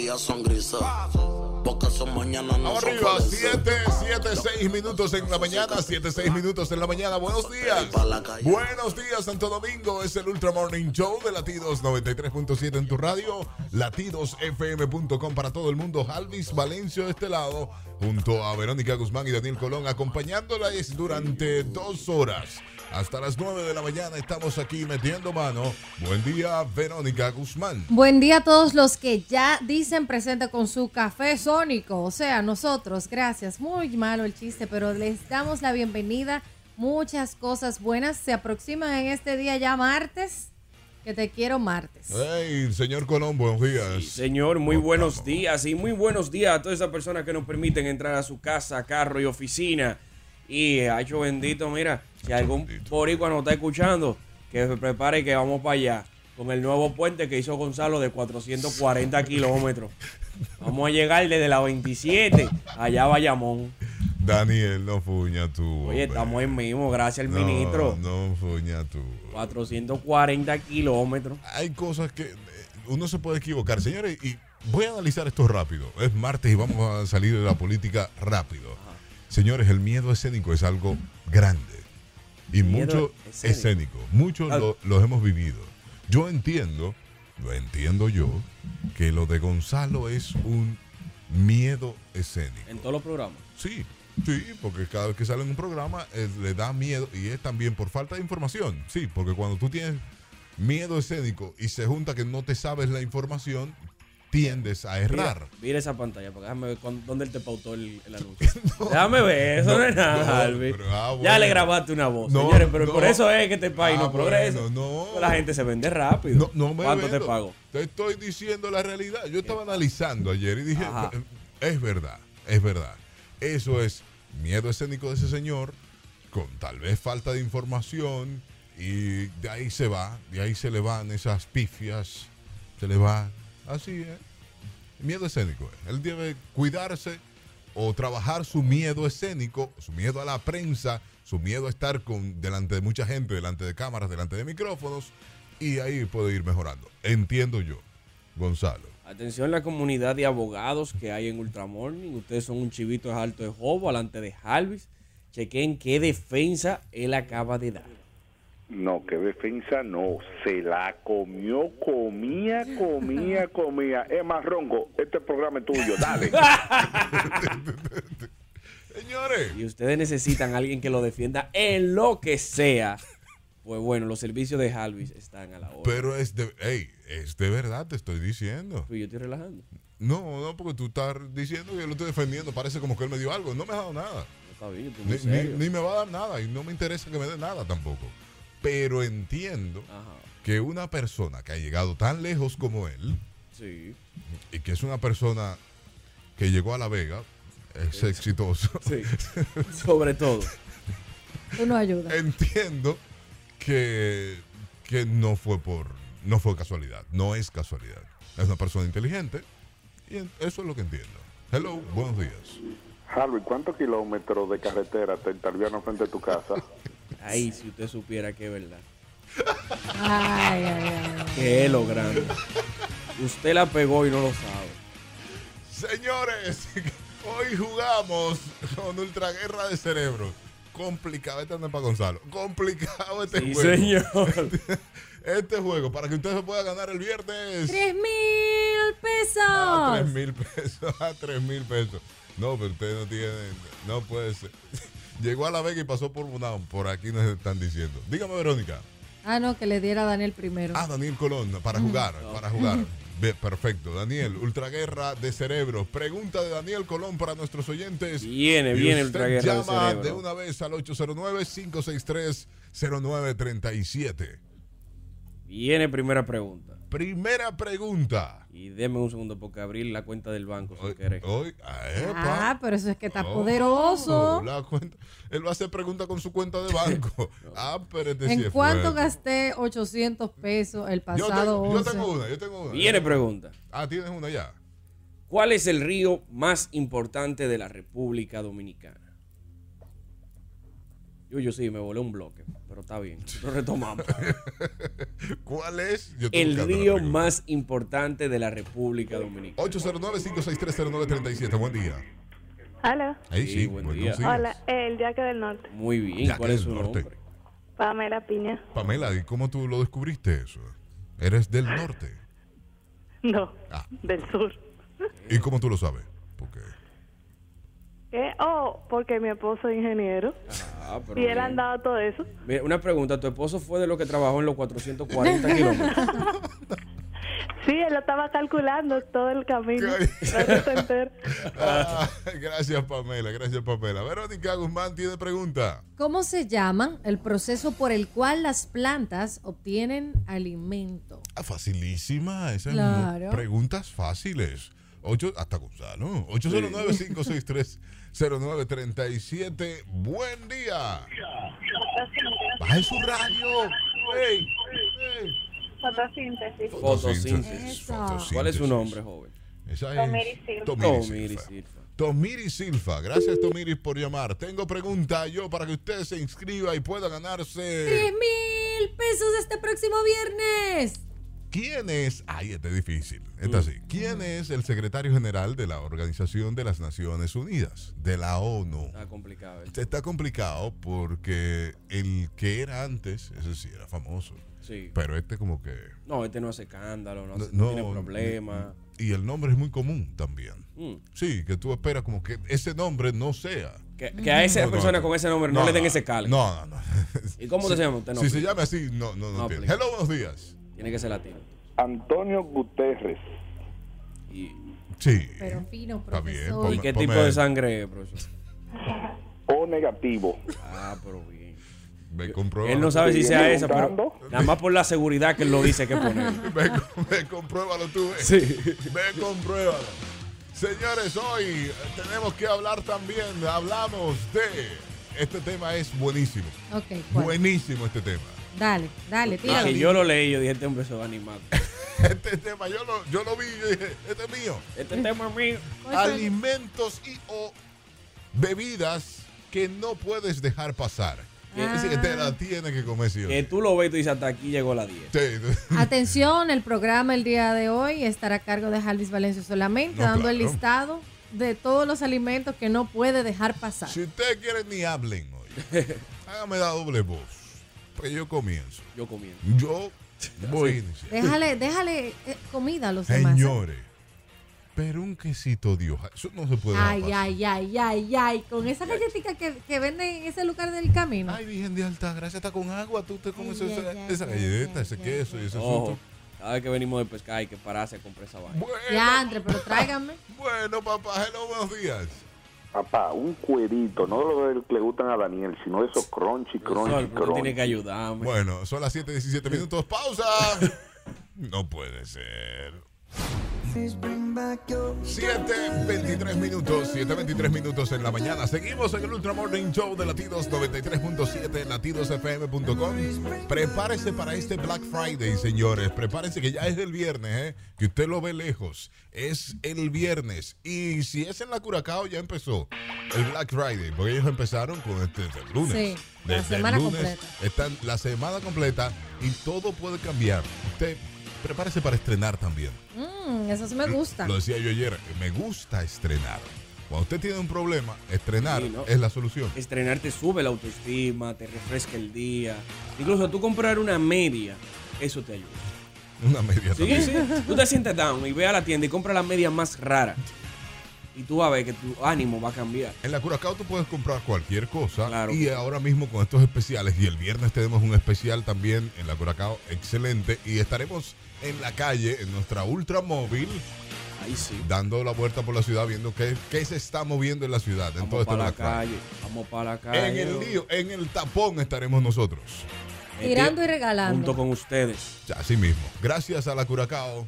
días son grises. Porque son mañana no Vamos son arriba, felices. 7, 7, 6 minutos en la mañana, 7, 6 minutos en la mañana. Buenos días. Pa' la calle. Buenos días, Santo Domingo. Es el Ultra Morning Show de Latidos 93.7 en tu radio, latidosfm.com para todo el mundo. Alvis Valencio de este lado, junto a Verónica Guzmán y Daniel Colón, acompañándola es durante dos horas. Hasta las 9 de la mañana estamos aquí metiendo mano. Buen día, Verónica Guzmán. Buen día a todos los que ya dicen presente con su café sónico, o sea, nosotros, gracias. Muy malo el chiste, pero les damos la bienvenida. Muchas cosas buenas se aproximan en este día ya martes, que te quiero martes. Hey, señor Colón, buenos días. Señor, muy buenos días y muy buenos días a todas esas personas que nos permiten entrar a su casa, carro y oficina. Y hacho bendito, mira, si algún boricua nos está escuchando, que se prepare que vamos para allá con el nuevo puente que hizo Gonzalo de 440 kilómetros. Vamos a llegar desde la 27 allá a Bayamón. Daniel, no fuña tú. Oye, hombre. estamos en mismo, gracias al No, ministro. No fuña tú. 440 kilómetros. Hay cosas que eh, uno se puede equivocar, señores, y voy a analizar esto rápido. Es martes y vamos a salir de la política rápido. Señores, el miedo escénico es algo grande y mucho Miedo escénico. escénico. Ah. Muchos Claro. lo- los hemos vivido. Yo entiendo, lo entiendo yo, que lo de Gonzalo es un miedo escénico. En todos los programas. Sí, sí, porque cada vez que sale en un programa eh, le da miedo y es también por falta de información. Sí, porque cuando tú tienes miedo escénico y se junta que no te sabes la información, tiendes a errar. Mira, mira esa pantalla, porque déjame ver cuán- dónde él te pautó el, el anuncio. déjame ver, eso no, no, es nada, no, Alvin. pero, ah, Ya bueno. le grabaste una voz, No, señores, pero no. por eso es que este país Ah, no progresa. bueno, no. La gente se vende rápido. No, no me ¿Cuánto te vendo. pago? Te estoy diciendo la realidad. Yo estaba analizando ayer y dije, eh, Ajá. es verdad, es verdad. Eso es miedo escénico de ese señor, con tal vez falta de información, y de ahí se va, de ahí se le van esas pifias, se le va. Así es. Miedo escénico. es. Él debe cuidarse o trabajar su miedo escénico, su miedo a la prensa, su miedo a estar con, delante de mucha gente, delante de cámaras, delante de micrófonos, y ahí puede ir mejorando. Entiendo yo, Gonzalo. Atención la comunidad de abogados que hay en Ultramorning. Ustedes son un chivito de alto de jobo, alante de Halvis. Chequen qué defensa él acaba de dar. No, qué defensa no. Se la comió, comía, comía, comía. Es más, Rongo, este programa es tuyo, dale. Señores, y ustedes necesitan a alguien que lo defienda en lo que sea, pues bueno, los servicios de Halvis están a la hora. pero es de, ey, es de verdad, te estoy diciendo. Pues yo estoy relajando. No, no, porque tú estás diciendo que yo lo estoy defendiendo, parece como que él me dio algo, no me ha dado nada. No está bien, yo estoy Ni, muy ni- serio. ni me va a dar nada y no me interesa que me dé nada tampoco. Pero entiendo Ajá, que una persona que ha llegado tan lejos como él sí. y que es una persona que llegó a La Vega, es exitoso, Sí. Sobre todo. Tú no ayudas. Eh. entiendo que, que no fue por no fue casualidad, no es casualidad. Es una persona inteligente y en- eso es lo que entiendo. Hello, buenos días. Harvey, ¿cuántos kilómetros de carretera te entalviaron frente a tu casa? Ahí, si usted supiera que es verdad. Ay, ay, ay. Que es lo grande. Usted la pegó y no lo sabe. Señores, hoy jugamos con Ultraguerra de Cerebro. Complicado, este anda para Gonzalo. Complicado este Sí, juego. señor. Este juego, para que usted se pueda ganar el viernes. ¡Tres mil A tres pesos! mil pesos, a tres mil pesos. No, pero usted no tiene, no puede ser. Llegó a la Vega y pasó por Bunao, por aquí nos están diciendo. Dígame, Verónica. Ah, no, que le diera a Daniel primero. Ah, Daniel Colón, para jugar, para jugar. Bien, perfecto, Daniel, Ultraguerra de Cerebros. Pregunta de Daniel Colón para nuestros oyentes. Viene, Y viene usted Ultraguerra de llama Cerebro. de una vez al 809-563-0937. Viene primera pregunta. Primera pregunta. Y deme un segundo porque abrir la cuenta del banco Hoy- si querer. hoy- ah, epa. Ah, pero eso es que está Oh, poderoso. la cuenta- Él va a hacer pregunta con su cuenta de banco. Ah, pero este sí ¿En es cuánto fuerte. gasté 800 pesos el Yo pasado tengo, yo 11? tengo una, yo tengo una. Viene pregunta. Ah, tienes una ya. ¿Cuál es el río más importante de la República Dominicana? Yo, yo sí, me volé un bloque, pero está bien. Lo retomamos. ¿Cuál es? Yo estoy El buscando la río película. más importante de la República Dominicana. 809-56309-37. Buen día. Hola. Ahí Sí, sí, buen buenos día. días. Hola, eh, el Yaque del Norte, Muy bien, Ya ¿cuál que es del su norte. nombre? Pamela Piña. Pamela, ¿y cómo tú lo descubriste eso? Eres del norte. No, Ah. del sur. ¿Y cómo tú lo sabes? Porque ¿Qué? Oh, porque mi esposo es ingeniero Ah, pero y él bien. ha andado todo eso. Mira, una pregunta, ¿tu esposo fue de los que trabajó en los 440 kilómetros? Sí, él lo estaba calculando todo el camino. Qué para que se entere. Ah, gracias, Pamela. Gracias, Pamela. Verónica Guzmán tiene pregunta. ¿Cómo se llaman el proceso por el cual las plantas obtienen alimento? Ah, facilísima. Esas Claro. mu- preguntas fáciles. Ocho, hasta Gonzalo. 809-563-0937. Buen día. Baje su radio. Ey, ey. Fotosíntesis. Fotosíntesis. Eso. ¿Cuál es su nombre, joven? Esa es Tomiri Silva. Tomiri Tomiri Silva. Silva. Tomiri Silva. Gracias, Tomiri, por llamar. Tengo pregunta yo para que usted se inscriba y pueda ¡Tres ganarse. mil pesos este próximo viernes! ¿Quién es? Ay, este es difícil. Mm. Esta sí. ¿Quién es el secretario general de la Organización de las Naciones Unidas? De la ONU. Este Está complicado. ¿eh? Está complicado porque el que era antes, ese sí era famoso. Sí. Pero este como que... No, este no hace escándalo, no, hace- no- no tiene problema. Y el nombre es muy común también. Mm. Sí, que tú esperas como que ese nombre no sea. Que, que a esa No, no, persona no. con ese nombre no, le den ese cale. No, no, no. ¿Y cómo te llamas usted? No, si se llama así, no, no, no, No tiene. aplica. Hello, buenos días. Tiene que ser latino. Antonio Guterres. ¿Y, Sí. Pero fino, Está bien, profesor. Ponme- ¿y qué ponme tipo el- de sangre es, profesor? O negativo. Ah, pero bien. Me comprueba. Él no sabe si Viene sea esa, pero buscando. nada más por la seguridad que él lo dice que poner. Ve, ve, compruébalo tú. eh. Ve, compruébalo. Señores, hoy tenemos que hablar también. Hablamos de. Este tema es buenísimo. Ok, ¿cuál? Buenísimo este tema. Dale, dale, Pues, Ah, tíralo. que yo lo leí, yo dije, este hombre se va a animar. Este tema, yo lo, yo lo vi y yo dije, este es mío. Este tema es mío. alimentos y o bebidas que no puedes dejar pasar. Ah. Dice que te la tienes que comer sí o Que sí. tú lo ves y tú dices, hasta aquí llegó la 10. Sí. Atención, el programa el día de hoy estará a cargo de Jalvis Valencio solamente, No, dando el claro. listado de todos los alimentos que no puede dejar pasar. Si ustedes quieren ni hablen hoy. Hágame la doble voz. Pues yo comienzo. Yo comiendo. Yo voy a iniciar. Déjale, déjale eh, comida a los demás. ¿eh? Señores, pero un quesito de hoja. Eso no se puede dejar Ay, pasar. ay, ay, ay, ay, con esa galletita que, que venden en ese lugar del camino. Ay, Virgen de Alta Gracia, está con agua. Tú te comes Ay, esa, ay, ay, esa ay, galleta, ay, ese ay, queso y ese Ojo, asunto. cada vez que venimos de pescar hay que pararse a comprar esa vaina. Bueno, Ya, Andre, pero tráigame. bueno, papá, hello, buenos días. Papá, un cuerito, no lo del que le gustan a Daniel, sino esos crunchy, Sol, crunchy, pero tú tienes que crunchy. ayudarme. Bueno, son las 7:17 minutos. ¡Pausa! No puede ser. 7.23 minutos, 7.23 minutos en la mañana. Seguimos en el Ultra Morning Show de Latidos 93.7 en latidosfm.com. Prepárese para este Black Friday, señores. Prepárese que ya es el viernes, ¿eh? que usted lo ve lejos. Es el viernes. Y si es en la Curacao, ya empezó el Black Friday, porque ellos empezaron con este desde el lunes. Sí, la Desde el semana lunes completa. están la semana completa y todo puede cambiar. Usted prepárese para estrenar también. Mm, eso sí me gusta. Lo decía yo ayer, me gusta estrenar. Cuando usted tiene un problema, estrenar Sí, ¿no? es la solución. Estrenar te sube la autoestima, te refresca el día. Incluso tú comprar una media, eso te ayuda. Una media Sí, también. sí. Tú te sientes down y ve a la tienda y compra la media más rara. Y tú vas a ver que tu ánimo va a cambiar. En la Curacao tú puedes comprar cualquier cosa. Claro. Y ahora mismo con estos especiales, y el viernes tenemos un especial también en la Curacao, excelente. Y estaremos en la calle, en nuestra ultramóvil, Ahí sí. dando la vuelta por la ciudad, viendo qué, qué se está moviendo en la ciudad. en todo Vamos este para la Black Friday. calle. Vamos para la calle. En el lío, en el tapón estaremos nosotros. Metido- Tirando y regalando. Junto con ustedes. Ya, Así mismo. Gracias a la Curacao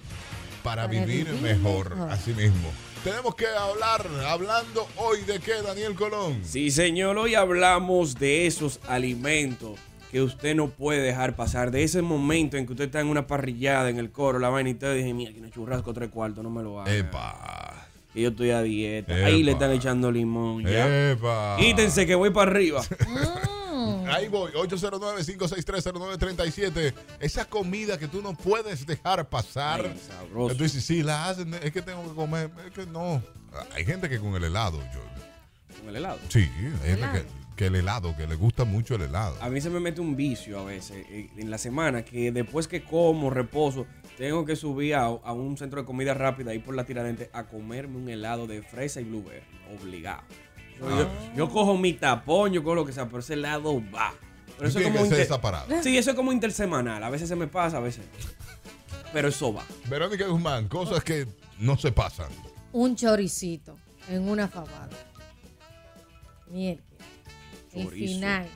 para, Para vivir, vivir mejor. mejor. Así mismo. Tenemos que hablar, hablando hoy de qué, Daniel Colón. Sí, señor. Hoy hablamos de esos alimentos que usted no puede dejar pasar. De ese momento en que usted está en una parrillada en el coro, la vaina y usted dice, mira, aquí no hay churrasco tres cuartos, no me lo haga. Epa. Que yo estoy a dieta. Ahí le Epa. están echando limón. Ya. Epa. Quítense que voy para arriba. Mm, ahí voy, 809-56309-37. Esa comida que tú no puedes dejar pasar. Ay, sabroso. Tú dices, sí, la hacen, es que tengo que comer. Es que no. Hay gente que con el helado, yo, Con el helado. sí, hay gente que, que el helado, que le gusta mucho el helado. A mí se me mete un vicio a veces eh, en la semana que después que como, reposo, tengo que subir a, a un centro de comida rápida ahí por la tiradente a comerme un helado de fresa y blueberry. Obligado. Yo, yo- yo cojo mi tapón, yo cojo lo que sea, pero ese helado va. Pero Tú tienes que hacer inter- esa parada. Sí, eso es como intersemanal. A veces se me pasa, a veces. no. Pero eso va. Verónica Guzmán, cosas que no se pasan. Un choricito en una fabada. Mierda. El Chorizo. final.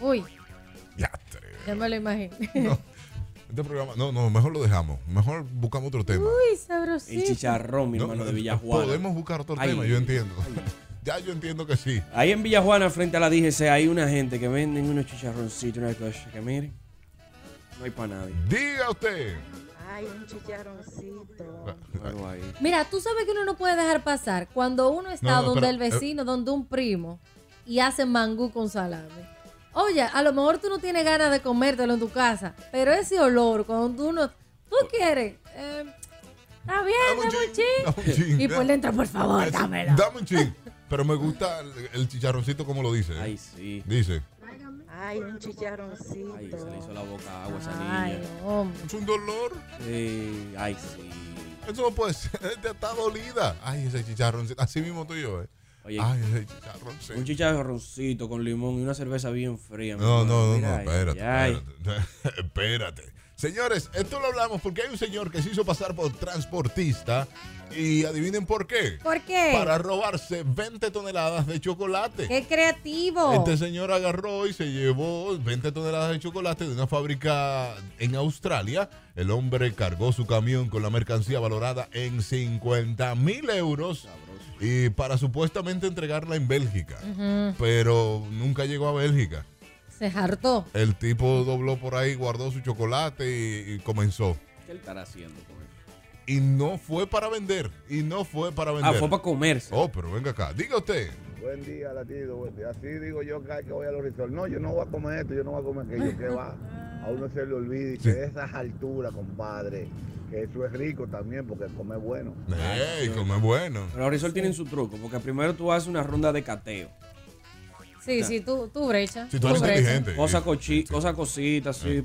Uy, Yastre. ya me lo imagino. No, este programa, no, no, mejor lo dejamos. Mejor buscamos otro tema. Uy, El sabrosito. chicharrón, mi No, hermano, de no, Villajuana. Podemos buscar otro Ay, tema, yo entiendo. ay. Ya yo entiendo que sí. Ahí en Villajuana, frente a la DGC, hay una gente que venden unos chicharroncitos, una cosa que miren, no hay para nadie. Diga usted. Ay, un chicharroncito. Algo ahí. Mira, tú sabes que uno no puede dejar pasar cuando uno está No, no, donde pero- eh, el vecino, donde un primo, y hace mangú con salame. Oye, a lo mejor tú no tienes ganas de comértelo en tu casa, pero ese olor, cuando tú no... Tú quieres... eh, Está bien, Dame un dame un chin, dame un chin. chin, Y por dame- dentro, por favor, dámelo. Dame un ching. Pero me gusta el, el chicharroncito como lo dice. ¿eh? Ay, sí. Dice. Ay, un Ay, se le hizo chicharroncito. la boca agua a esa Ay, niña. hombre. Es un dolor. Sí, ay, sí. Eso no puede ser. Esta está dolida. Ay, ese chicharroncito. Así mismo tú y yo, eh. Oye, Ay, ese un chicharroncito. chicharroncito con limón y una cerveza bien fría. mi No, hermano. no, no, no, Mira, ay, espérate, ay. espérate. espérate. Señores, esto lo hablamos porque hay un señor que se hizo pasar por transportista y adivinen por qué. ¿Por qué? Para robarse 20 toneladas de chocolate. ¡Qué creativo! Este señor agarró y se llevó 20 toneladas de chocolate de una fábrica en Australia. El hombre cargó su camión con la mercancía valorada en 50 mil euros y para supuestamente entregarla en Bélgica. Pero nunca llegó a Bélgica. Se hartó. El tipo dobló por ahí, guardó su chocolate y, y comenzó. ¿Qué él estará haciendo con eso? Y no fue para vender. Y no fue para vender. Ah, fue para comerse. Oh, pero venga acá. Diga usted. Buen día, latido, buen día. Así digo yo cada vez que voy a los resorts. No, yo no voy a comer esto, yo no voy a comer aquello. que va? A uno se le olvida y que esas alturas, compadre, que eso es rico también porque comer bueno. Ey, come bueno. Pero los resort tienen su truco, porque primero tú haces una ronda de cateo. Sí, sí, tú, tú brecha. Si tú eres brecha. inteligente. Cosa, Sí, sí. cochi Eh. cosa cosita, así.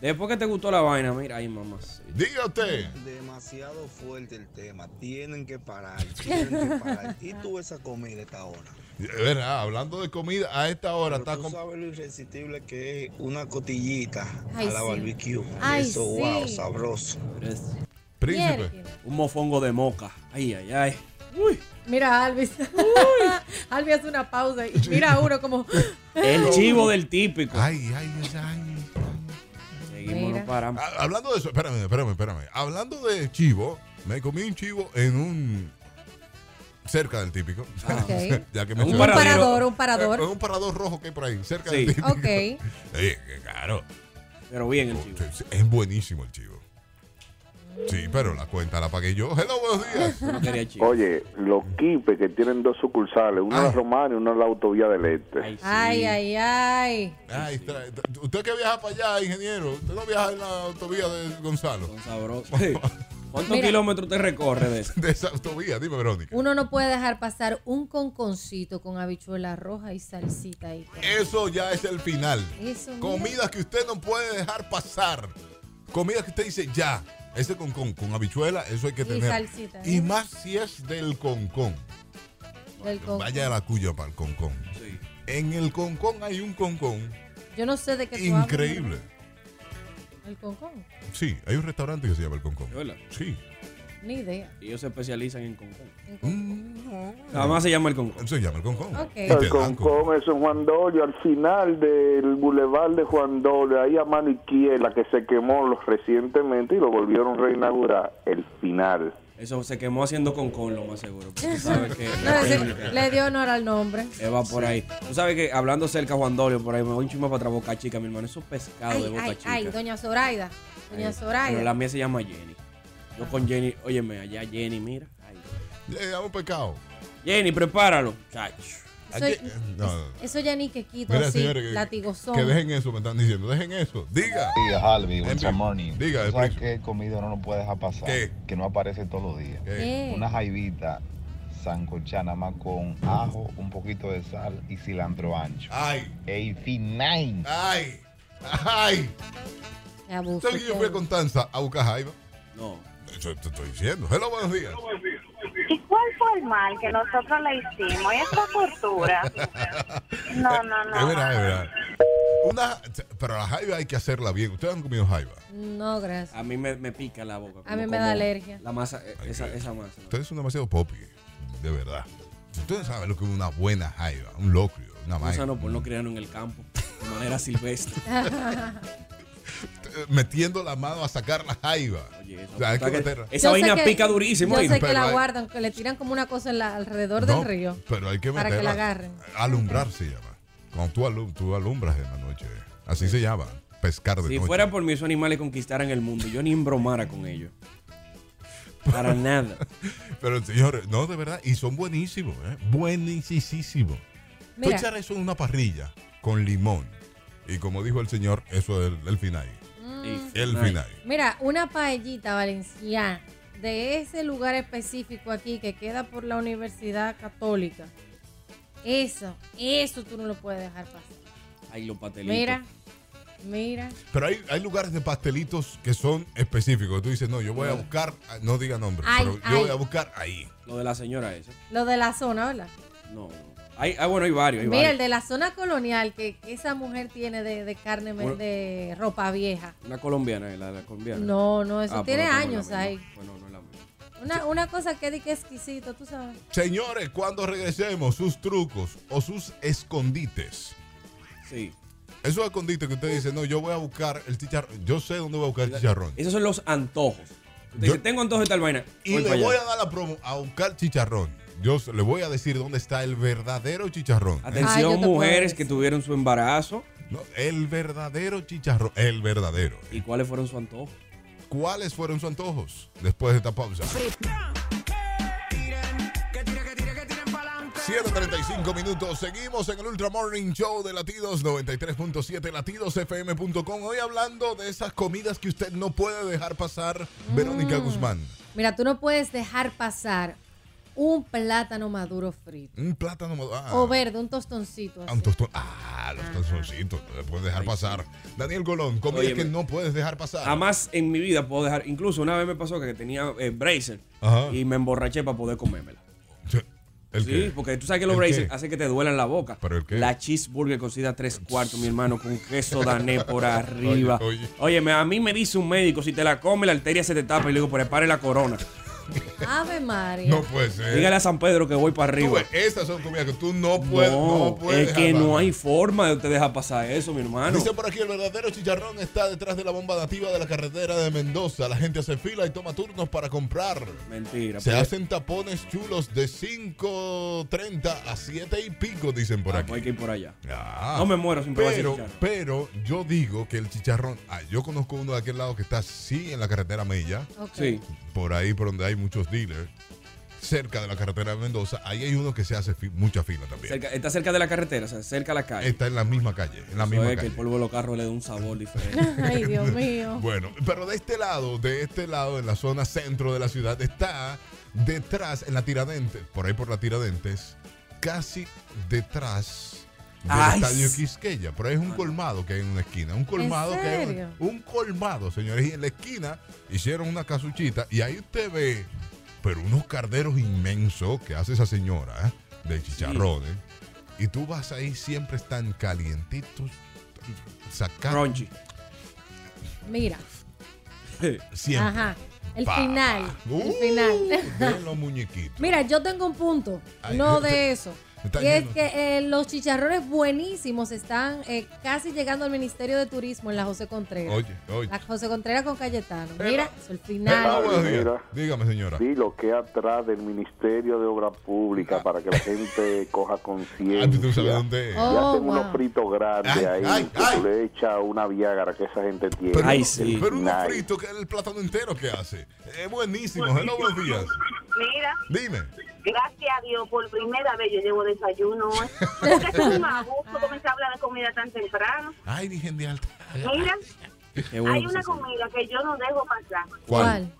Después que te gustó la vaina, mira, ay, mamá. Diga usted. Demasiado fuerte el tema. Tienen que parar. Tienen que parar. Y tú esa comida a esta hora. Es verdad, ah, hablando de comida, a esta hora Pero está tú con... sabes lo irresistible que es una cotillita Ay, a la sí. barbecue. Ay, Eso, sí. wow, sabroso. Príncipe. Mierda. Un mofongo de moca. Ay, ay, ay. Uy. Mira, Alvis. Alvis hace una pausa y mira a uno como. El chivo del típico. Ay, ay, ay, ay. Seguimos, Mira. no paramos. Ah, Hablando de eso, espérame, espérame, espérame. Hablando de chivo, me comí un chivo en un... Cerca del típico. Ok. ya que Un un paradero. parador, un parador. Eh, un parador rojo que hay por ahí, cerca Sí. del típico. Ok. Oye, que claro. Pero bien el chivo. Es buenísimo el chivo. Sí, pero la cuenta la pagué yo. Hello, buenos días. Yo no quería chivo. Oye, los quipes que tienen dos sucursales, una en la Ay. Romana y una en la Autovía del Este. Ay, sí. Ay, ay, ay. Ay, tra- tra- usted que viaja para allá, ingeniero, usted no viaja en la autovía de Gonzalo. Son sabrosos. Sí. ¿Cuántos Mira. kilómetros te recorre de eso? De esa autovía, dime, Verónica. Uno no puede dejar pasar un conconcito con habichuela roja y salsita ahí. Eso ya es el final. Eso, mira. Comidas que usted no puede dejar pasar. Comidas que usted dice ya. Ese concón con habichuela, eso hay que Y tener. salsita, Y ¿eh? más si es del concón. Del con- Vaya a la cuya para el concón. Sí. En el concón hay un concón Yo no sé de qué tú hablas, increíble. ¿no? El concón. Sí, hay un restaurante que se llama el concón. ¿Es verdad? Sí. Ni idea. Ellos se especializan en concón. Mm, no. Nada más se llama el concón. Se llama el concón. Este Ok. Y te El dan concón. Concón eso en Juan Dolio, al final del bulevar de Juan Dolio, ahí a mano izquierda que se quemó los- recientemente y lo volvieron a reinaugurar, el final. Eso se quemó haciendo concón, lo más seguro. porque tú sabes que No, ese- le dio honor al nombre. Eh, va por ahí. Tú sabes que hablando cerca a Juan Dolio, por ahí me voy un chisme para atrás, Boca Chica, mi hermano. Esos pescados Ah, de Ay, Boca ay, Chica. ay, doña Zoraida. Doña Ah. Ay, Pero la Zoraida. mía se llama Jenny. Yo con Jenny, óyeme, allá Jenny, mira. Ay. Eh, a un pecado. Jenny, prepáralo, chacho. Eso, Aquí- no, no, no. eso ya ni que quito Mira, así, señores, que- latigozón. Que dejen eso, me están diciendo. Dejen eso. Diga. Harvey, En what's vivo. your money? Diga, ¿Tú ¿Sabes Espresso. qué comida no nos puede dejar pasar? ¿Qué? Que no aparece todos los días. Eh, ¿Qué? Una jaivita sancochana más con ajo, un poquito de sal y cilantro ancho. Ay, 89. ay, ay. Qué abuso, ¿Sabes que yo qué fui a abuso. Constanza a buscar jaiba? No. Eso te estoy diciendo. Hello, buenos días. ¿Y cuál fue el mal que nosotros le hicimos? ¿Y esta tortura? No, no, no. Es verdad, es verdad. Una, pero la jaiba hay que hacerla bien. Ustedes han comido jaiba. No, gracias. A mí me, me pica la boca. A mí como me da como alergia. La masa, eh, esa, esa masa. Ustedes son demasiado popi, de verdad. Ustedes saben lo que es una buena jaiba, un locrio, una O sea, vaina. no, por no criaron en el campo de manera silvestre. Ustedes Eh, Metiendo la mano a sacar la jaiba. Oye, esa, O sea, hay que puta que- meterla. esa Yo sé vaina que- pica durísimo. Yo oye. sé que pero la hay- guardan, que le tiran como una cosa en la- alrededor No, del río. Pero hay que Para meterla. que la agarren. Alumbrar se llama. Cuando tú, alu- tú alumbras en la noche. Así se llama. Pescar de Si noche. fuera por mí, esos animales conquistaran el mundo. Yo ni embromara con ellos. Para nada. Pero señores, no, de verdad. Y son buenísimos, ¿eh? Buenísimos. Tú Mira, echar eso en una parrilla con limón. Y como dijo el señor, eso es el, el final. Mm. El Ay, final. mira, una paellita valenciana de ese lugar específico aquí que queda por la Universidad Católica. Eso, eso tú no lo puedes dejar pasar. Ay, los patelitos. Mira, mira. Pero hay, hay lugares de pastelitos que son específicos. Tú dices, no, yo voy a buscar, ah, no diga nombre, Ay, pero ay. yo voy a buscar ahí. Lo de la señora esa. Lo de la zona, ¿verdad? No, no. Hay, ah, bueno, hay varios. Hay Mira, el varios. de la zona colonial que, que esa mujer tiene de, de carne, me- Bueno. de ropa vieja. Una colombiana, la, la colombiana. No, no, eso Ah, pues tiene no, no es la años misma. ahí. Bueno, no es la misma. Una, una cosa que di que exquisito, tú sabes. Señores, cuando regresemos, sus trucos o sus escondites. Sí. Esos escondites que usted dice, no, yo voy a buscar el chicharrón. Yo sé dónde voy a buscar el chicharrón. Esos son los antojos. Usted Yo- dice, tengo antojos de tal vaina. Y Voy le para allá. voy a dar la promo a buscar chicharrón. Yo se- le voy a decir dónde está el verdadero chicharrón. ¿eh? Ay, yo Atención, te puedo mujeres decir. que tuvieron su embarazo. No, el verdadero chicharrón. El verdadero. ¿Y cuáles fueron sus antojos? ¿Cuáles fueron sus antojos después de esta pausa? 7.35 minutos, seguimos en el Ultra Morning Show de Latidos 93.7 latidosfm.com. Hoy hablando de esas comidas que usted no puede dejar pasar, Verónica Guzmán. Mira, tú no puedes dejar pasar un plátano maduro frito. Un plátano maduro. Ah, O verde, un tostoncito así. ah, un tostón. Ah, los tostoncitos, no le puedes dejar pasar. Daniel Golón, comidas Óyeme. que no puedes dejar pasar. Jamás en mi vida puedo dejar. Incluso una vez me pasó que tenía eh, bracer Ajá. y me emborraché para poder comérmela. ¿El sí, qué? porque tú sabes que los ¿El braces qué? hacen que te duelan la boca. ¿Pero el qué? La cheeseburger cocida tres cuartos, mi hermano, con queso dané por arriba. Oye, oye. Óyeme, a mí me dice un médico, si te la come, la arteria se te tapa. Y le digo, prepare la corona. Eh. Ave María. No puede ser. Dígale a San Pedro que voy para Tú arriba. ves, estas son comidas que tú no puedes. No, No, puedes es que dejar no pasar. hay forma de usted dejar pasar eso, mi hermano. Dice por aquí, el verdadero chicharrón está detrás de la bomba nativa de la carretera de Mendoza. La gente hace fila y toma turnos para comprar. Mentira. Se pero- hacen tapones chulos de 5.30 a 7 y pico, dicen por Ah, aquí. pues hay que ir por allá. Ah. No me muero sin probar ese pero, chicharrón. pero yo digo que el chicharrón, ah, yo conozco uno de aquel lado que está sí en la carretera Mella, Ok. Sí. por ahí por donde hay muchos dealers, cerca de la carretera de Mendoza, ahí hay uno que se hace fi- mucha fila también. Cerca- está cerca de la carretera, o sea, cerca de la calle. Está en la misma calle, en la Eso misma es que calle. el polvo de los carros le da un sabor diferente. Ay, Dios mío. Bueno, pero de este lado, de este lado, en la zona centro de la ciudad, está detrás, en la Tiradentes, por ahí por la Tiradentes, casi detrás del Ay, estadio sí. Quisqueya. Pero es un colmado que hay en una esquina, un colmado que hay en- serio? un colmado, señores, y en la esquina hicieron una casuchita y ahí usted ve, pero unos carderos inmensos que hace esa señora ¿eh? de chicharrones. Y tú vas ahí, siempre están calientitos, sacados. Crunchy. Mira. Siempre. Ajá. El Pa. final. El Uh, final. ven los muñequitos. Mira, yo tengo un punto, Ay, no está- de eso. está Y es lleno. que eh, los chicharrones buenísimos están eh, casi llegando al Ministerio de Turismo en la José Contreras. Oye, oye. La José Contreras con Cayetano. Hello. Mira, eso el Ah, final. buenos días. Mira. Dígame, señora. Sí, lo que atrás del Ministerio de Obras Públicas para que la gente coja Ah, tú sabes conciencia. dónde es. Y Oh, hacen unos wow. fritos grandes Ay, ahí, ay, que tú ay. le echa una viagra que esa gente tiene. Pero, Ay, sí. pero uno Nice. frito que es el plátano entero que hace. Es buenísimo. Eh, Hello, buenos días. Mira, Dime. gracias a Dios, por primera vez yo llevo desayuno hoy. Porque es un magusto comenzar a hablar de comida tan temprano. Ay, Virgen de Alta. Mira, Qué hay bueno. una comida que yo no dejo pasar. ¿Cuál?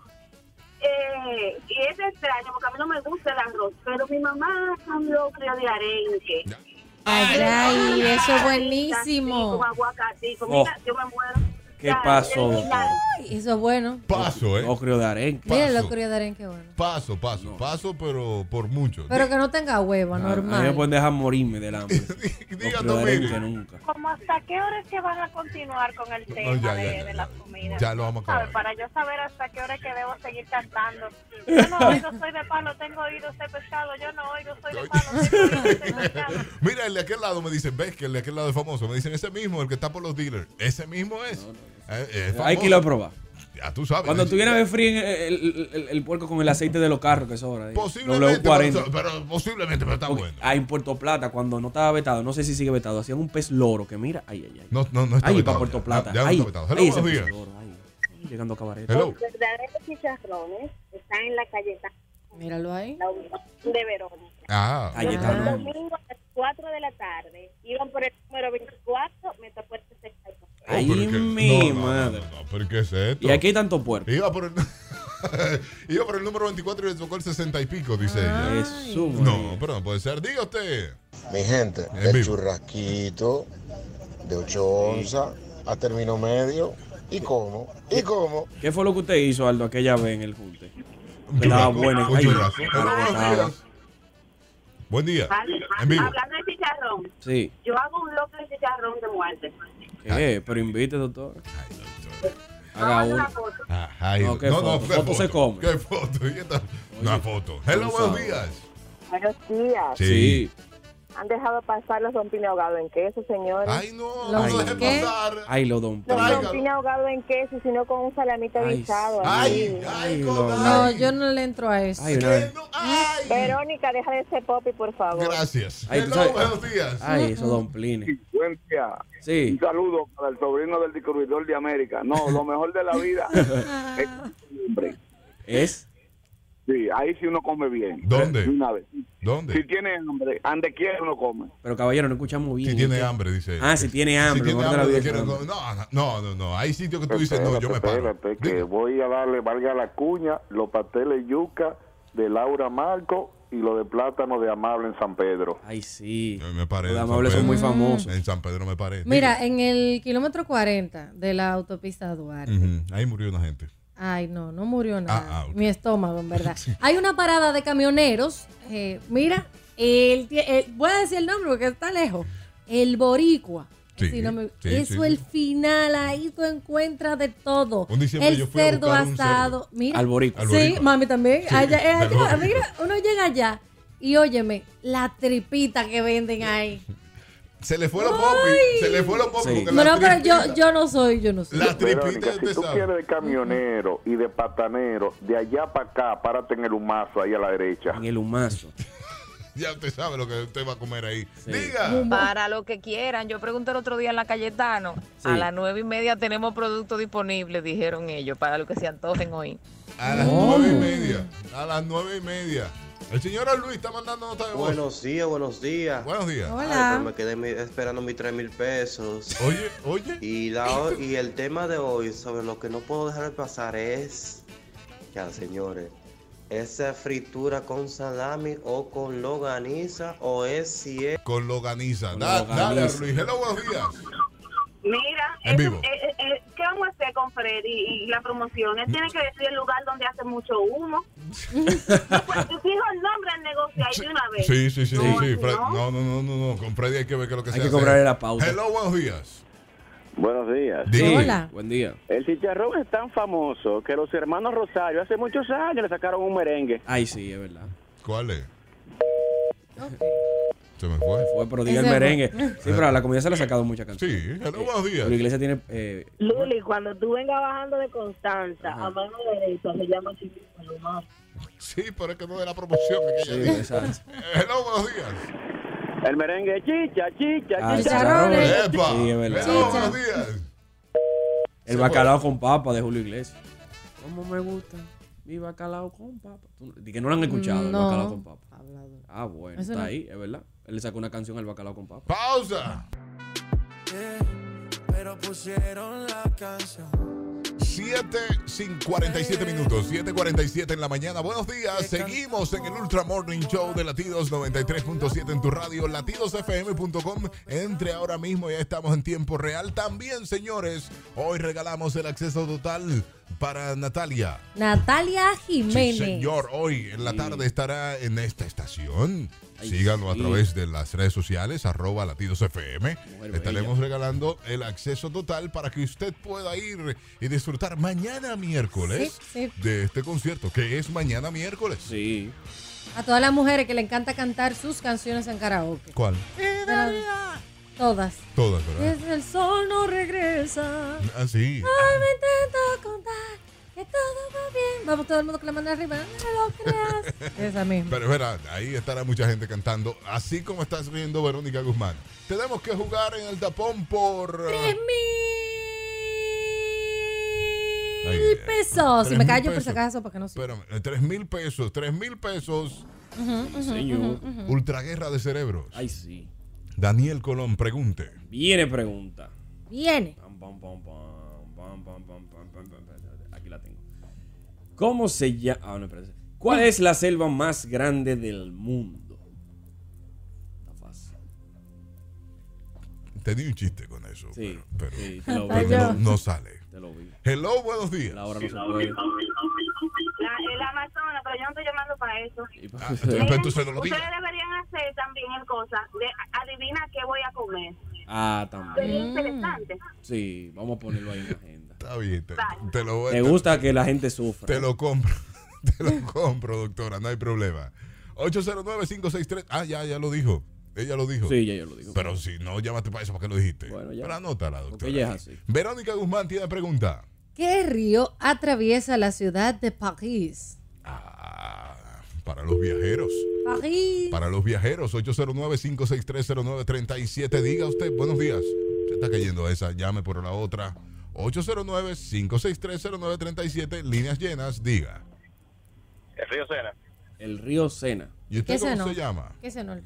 Eh, y es extraño porque a mí no me gusta el arroz, pero mi mamá hace un locrio de arenque. Ay, ay, eso es buenísimo. Con aguacatico. Mira, Oh. yo me muero. ¿Qué pasó, el final. Ay, eso es bueno. Paso, ¿eh? Ocrio de arenque. Mira Paso. lo curioso de arenque, bueno. Paso, paso. Paso, pero por mucho. Pero que no tenga Ah, huevo, A mí me pueden normal. dejar morirme del hambre. Diga Ocrio de arenque Domingo. nunca. Como hasta qué hora es que van a continuar con el tema Oh, ya, de, ya, ya, de ya. la comida. Ya lo vamos a acabar. ¿Sabe? Para yo saber hasta qué hora es que debo seguir cantando. Yo no oigo, soy de palo, tengo oídos de pescado. Yo no oigo, soy de palo, tengo oídos de pescado. Mira, el de aquel lado me dicen, ves que el de aquel lado es famoso. Me dicen, ese mismo, el que está por los dealers. Ese mismo es. Eh, es Hay famoso. que irlo a probar. Ya tú sabes. Cuando Dice, tú vienes a ver fríen el, el- el- el puerco con el aceite de los carros que sobra. ahí. Posiblemente, pero, W40. pero posiblemente, pero está Ok, bueno. Ah, en Puerto Plata, cuando no estaba vetado, no sé si sigue vetado, hacían un pez loro que mira, ay, ay, ay. No, no, no está Ay, vetado para ya. Puerto Plata. Ya, ya no ay, está vetado. Hello, ay, ese buenos pez días. loro, ay, ay, llegando a cabaret. Hello. verdaderos chicharrones están en la calleta Míralo ahí. de Verónica. Ah, Cayetano. Ah. Domingo a las 4 de la tarde. Iban por el número 24, me tocó el 64. oh, Ay, pero es que- mi no, no, no, madre. no, no, pero ¿qué es esto? Y aquí hay tanto puerco. Iba por el, iba por el número 24 y le tocó el 60 y pico, dice Ah, ella. Jesús. No, pero no puede ser. Diga usted. Pues Mi gente, En el vivo. churrasquito de 8 onzas a término medio. ¿Y cómo? ¿Y cómo? ¿Qué fue lo que usted hizo, Aldo, aquella vez en el junte? Un Estaba churrasco, buena. un Ay, churrasco. me Hello, buenos encantaba. días. Buen día. En vivo. Hablando de chicharrón, Sí. yo hago un loco de chicharrón de muerte. ¿Qué? Pero invite, doctor. Haga Vamos a una uno. foto. Ajá, y- No, ¿qué foto? ¿qué Foto se come. ¿Qué foto? ¿Y esta? Una foto. tú Hello, buenos sabes. días. Buenos días. Sí. Han dejado pasar los rompines ahogados en queso, señores. Ay, no, Los no deje ¿qué? pasar. Ay, lo don No Ay, Pedro. con pina ahogado en queso, sino con un salamito Ay, guisado. Ay, así. ay, Ay, con- no. No, ay. yo no le entro a eso. Ay, una ¿Qué? vez. No, ay. Verónica, deja de ese popi, por favor. Gracias. Ay, tú Hello, sabes- ah, buenos días. Ay, eso don Plini. Buen día. Sí. Un saludo para el sobrino del descubridor de América. No, lo mejor de la vida es hombre. ¿Es? Sí, ahí sí uno come bien. ¿Dónde? Una vez. Si ¿Dónde? tiene hambre, ande quiere uno come. Pero caballero, no escuchamos bien. Si tiene ¿eh? hambre, dice. Ah, si tiene hambre, Si tiene mejor te la hambre, doy no quiere esa comer. No, no, no, no, no. Hay sitios que tú dices, no, yo me paro. Espérate, espérate, que Diga. voy a darle, valga la cuña, los pasteles yuca de Laura Marco y lo de plátano de Amable en San Pedro. Ay, sí. Yo me paré. Los en San amables son Pedro. muy famosos. En San Pedro me paré. Mira, Diga. en el kilómetro 40 de la autopista Duarte. Ujú, ahí murió una gente. Ay, no, no murió nada. Ah, ah, ok. Mi estómago, en verdad. Hay una parada de camioneros. eh, mira, el, tie- el- voy a decir el nombre porque está lejos. El Boricua. Sí, Si no me- sí, eso sí, es el sí. final, ahí tú encuentras de todo. Un diciembre yo el fui a cerdo buscar un asado. cerdo. Mira. Al boricua. Al Sí, boricua. mami también. Sí, Allá, es al allá. boricua. Mira, uno llega allá y óyeme, la tripita que venden ahí. Se le fue lo popi. Se le fue lo popi. Sí. porque No, la no, pero yo, tripita- yo no soy, yo no soy. La tripita, Verónica, si usted tú sabe. quieres de camionero y de patanero, de allá para acá, párate en el humazo ahí a la derecha. En el humazo. Ya usted sabe lo que usted va a comer ahí. Sí. Diga. Para lo que quieran, yo pregunté el otro día en la Cayetano, Sí. a las nueve y media tenemos producto disponible, dijeron ellos, para lo que se antojen hoy. A las nueve y Oh. media. A las nueve y media. El señor Luis está mandando nota de voz. Buenos días, buenos días. Buenos días. Ay, Hola. pero me quedé mi- esperando mis 3 mil pesos. Oye, oye. Y, la, o- y el tema de hoy sobre lo que no puedo dejar de pasar es, ya señores, esa fritura con salami o con loganiza o es si es... Con Loganiza. Con Da- Dale a Loganiza. Luis. Hello, buenos días. Mira, En eso- vivo. eh, eh, eh, ¿qué vamos a hacer con Freddy y, y la promoción? Él tiene que decir el lugar donde hace mucho humo. pues tú dijo el nombre del negocio ahí de una vez. Sí, sí, sí, sí. No, sí, ¿no? Fred- no, no, no, no, no. Con Freddy hay que ver qué es lo que Hay se que hace. cobrarle la pauta. Hello, buenos días. Buenos días. Diga. Hola. Buen día. El chicharrón es tan famoso que los hermanos Rosario hace muchos años le sacaron un merengue. Ay, sí, es verdad. ¿Cuál es? Ok. Se me fue. Fue, pero diga el Ese fue. merengue. Sí, pero a la comunidad se le ha sacado mucha Sí, canción. hello, buenos días. La iglesia tiene. eh, Luli, cuando tú vengas bajando de Constanza Ajá. a mano derecha, se llama Chiquito Palomar. Sí, pero es que no de la promoción. que sí, ella dice. exacto. Hello, buenos días. El merengue es chicha, chicha, Ah, chicha. Chicharrones. chicharrones. Epa. Sí, es verdad. Hello, Chicha. buenos días. El bacalao con papa de Julio Iglesias. ¿Cómo me gusta? Mi bacalao con papa. Tú- di que no lo han escuchado, el No. bacalao con papa. Ah, bueno, Eso está no. ahí, es verdad. Él le sacó una canción al bacalao con papa. ¡Pausa! Pero pusieron la canción. 7 sin 47 minutos, 7.47 en la mañana. Buenos días, seguimos en el Ultra Morning Show de Latidos 93.7 en tu radio, latidosfm.com. Entre ahora mismo, ya estamos en tiempo real. También, señores, hoy regalamos el acceso total para Natalia. Natalia Sí, Jiménez. señor, hoy en la tarde estará en esta estación. Síganlo sí. a través de las redes sociales, arroba latidos FM. Le estaremos regalando el acceso total para que usted pueda ir y disfrutar mañana miércoles Sí, sí. de este concierto, que es mañana miércoles. Sí. A todas las mujeres que le encanta cantar sus canciones en karaoke. ¿Cuál? Todas. Todas, ¿verdad? Desde el sol no regresa. Ah, sí. Ay, me intento contar que todo va bien. Vamos todo el mundo con la mano arriba. No me lo creas. Esa misma. Pero verá, ahí estará mucha gente cantando, así como estás riendo Verónica Guzmán. Tenemos que jugar en el tapón por... uh, Tres ay, mil pesos. Si Tres me mil callo por si pesos. acaso, porque no sé. Espérame, eh, tres mil pesos, tres mil pesos. Ujú, ujú, Señor. ujú, ujú. Ultraguerra de cerebros. Ay, sí. Daniel Colón, pregunte. Viene pregunta. Viene. Pam, pam, pam, pam, pam, pam, pam, pam, pam, pam, pam. Aquí la tengo. ¿Cómo se llama? Ah, no, espérate. ¿Cuál es la selva más grande del mundo? Está fácil. Te di un chiste con eso, Sí. pero, pero- sí, te lo pero vi. no, no sale. Te lo vi. Hello, buenos días. Ahora no se puede. La, el Amazonas, pero yo no estoy llamando para eso. Ah, entonces, pero entonces no lo Ustedes digas. deberían hacer también el cosa de adivina qué voy a comer. Ah, Sería también. interesante. Sí, vamos a ponerlo ahí en la agenda. Está bien, te, te lo voy Te gusta que la gente sufra. Te lo compro. Te lo compro, doctora, no hay problema. 809-563. Ah, ya, ya lo dijo. Ella lo dijo. Sí, ya, ya lo dijo. Pero si no llamaste para eso, ¿para qué lo dijiste? ya. Pero anótala, doctora. ella es así. Verónica Guzmán tiene pregunta. ¿Qué río atraviesa la ciudad de París? Ah, Para los viajeros. París. Para los viajeros, 809-56309-37. Diga usted, buenos días. Se está cayendo esa, llame por la otra. 809-56309-37, líneas llenas, diga. El río Sena. El río Sena. ¿Y usted ¿Qué cómo se no? se llama? ¿Qué se no?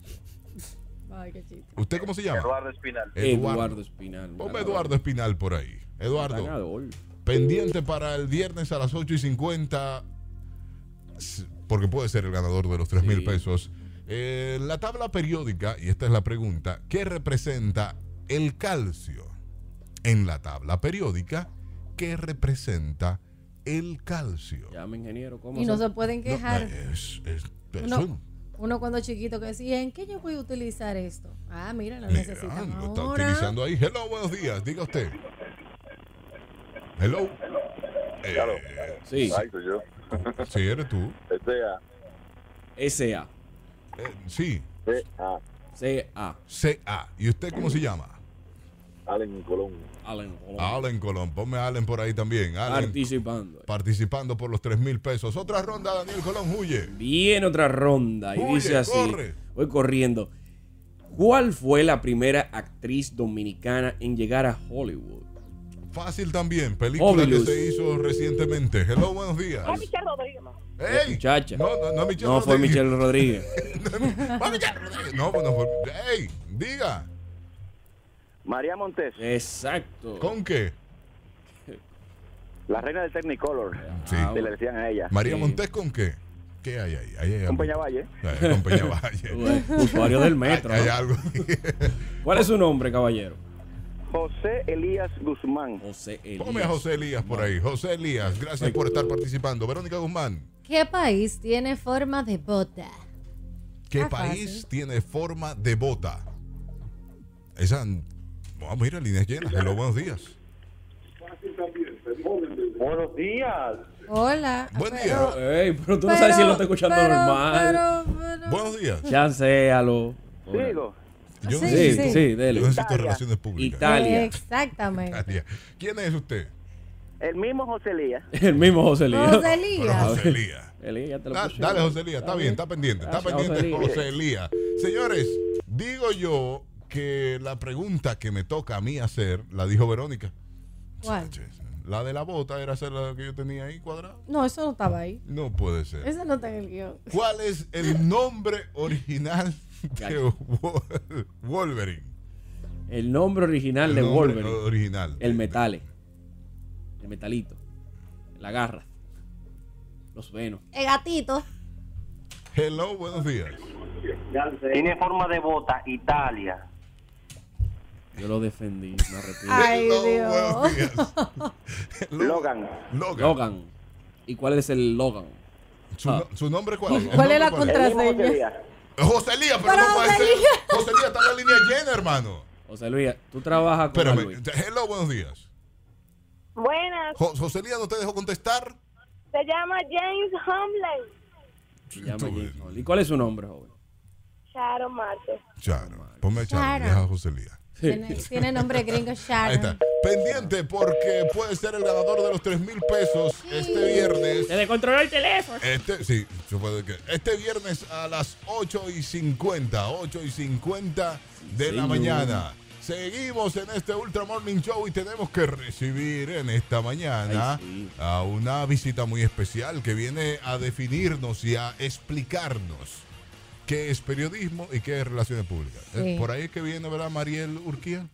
Ay, qué chiste. ¿Usted cómo se llama? Eduardo Espinal. Eduardo Espinal. Ponme Eduardo Espinal por ahí. Eduardo. Pendiente para el viernes a las 8 y 50. s- Porque puede ser el ganador de los 3 mil pesos. Eh, la tabla periódica, y esta es la pregunta, ¿qué representa el calcio? En la tabla periódica, ¿qué representa el calcio? Llama ingeniero, ¿cómo Y no se pueden No, eh, quejar. es- es- es- Uno, uno cuando chiquito que decía, ¿en qué yo voy a utilizar esto? Ah, mira, lo Mira, necesitan lo está ahora. utilizando ahí. Hello, buenos días. Diga usted. Hello. Eh, Sí. Ay, soy yo. Este, ah, Sí, eres tú. S.A. S.A. Eh, Sí. C.A. C.A. C.A. ¿Y usted cómo se llama? Allen Colón. Allen Colón. Allen Colón. Ponme a Allen por ahí también. Allen. Participando. Participando por los 3 mil pesos. Otra ronda, Daniel Colón. Huye. Viene otra ronda y Huye, dice así. corre. Voy corriendo. ¿Cuál fue la primera actriz dominicana en llegar a Hollywood? Fácil también. Película Obvious. que se hizo recientemente. Hello, buenos días. Michelle Rodríguez. ¡Ey! Muchacha. No, no, no, Michelle No fue Rodríguez. Michelle Rodríguez. No, bueno, fue. ¡Ey! Diga. María Montes. Exacto. ¿Con qué? La reina del Technicolor. Sí. Ah, Se le decían a ella. María Sí. Montes, ¿con qué? ¿Qué hay ahí? Ahí hay Con algo. Peñavalle. Eh, con Peñavalle. Bueno, usuario del metro, Hay, hay ¿no? algo. ¿Cuál es su nombre, caballero? José Elías Guzmán. José Ponme a José Elías por ahí. José Elías, gracias por estar participando. Verónica Guzmán, ¿Qué país tiene forma de bota? ¿qué Ah, fácil. país tiene forma de bota? Esa. Vamos a ir a líneas llenas. Hello, buenos días. Buenos días. Hola. Buen Pero- día. Ey, pero tú no sabes si lo está escuchando pero- normal. pero- pero- Buenos días. Chancealo. Digo. Yo Ah, Sí, necesito, sí. Sí, dele. yo necesito relaciones públicas. Italia. Exactamente. Italia. ¿Quién es usted? El mismo José Elías. El mismo José Elías. José Elías. Pero José A ver. Elías. Elías, ya te lo Da- puse. dale, José Elías. Está bien, está pendiente. Está Gracias, José pendiente, Elías. José Elías. Señores, digo yo Ah. que la pregunta que me toca a mí hacer la dijo Verónica. ¿Cuál? La de la bota era esa la que yo tenía ahí cuadrada. No, eso no estaba ahí. No puede ser. Eso no está en el guión. ¿Cuál es el nombre original de Wol- Wolverine? El nombre original El de nombre Wolverine. original. El metale. El metalito. La garra. Los venos. El gatito. Hello, buenos días. Tiene forma de bota, Italia. Yo lo defendí, me arrepiento. Ah. Ay, Dios. Logan. Logan. Ah. ¿Y cuál es el Logan? ¿Su, nombre cuál es? ¿Cuál es la contraseña? José Elías, pero, Pero no puede José ser. Elías. José Elías está en la línea llena, hermano. José Luis, tú trabajas con Espérame. Luis. Hello, buenos días. Buenas. Jo- José Elías no te dejó contestar. Se llama James Humley. Se llama James Hall. ¿Y cuál es su nombre, joven? Sharon Marte. Charo. Ponme a Charo. Charo. Deja a José Elías. Tiene, tiene nombre gringo Ahí está. Sharon. Pendiente porque puede ser el ganador de los 3 mil pesos este viernes. Se descontroló el teléfono. Este, sí, supongo que- este viernes a las 8 y 50, 8 y 50 de la señor. mañana. Seguimos en este Ultra Morning Show y tenemos que recibir en esta mañana a una visita muy especial que viene a definirnos y a explicarnos qué es periodismo y qué es relaciones públicas. Eh, Sí. Por ahí es que viene, ¿verdad, Mariel Urquía?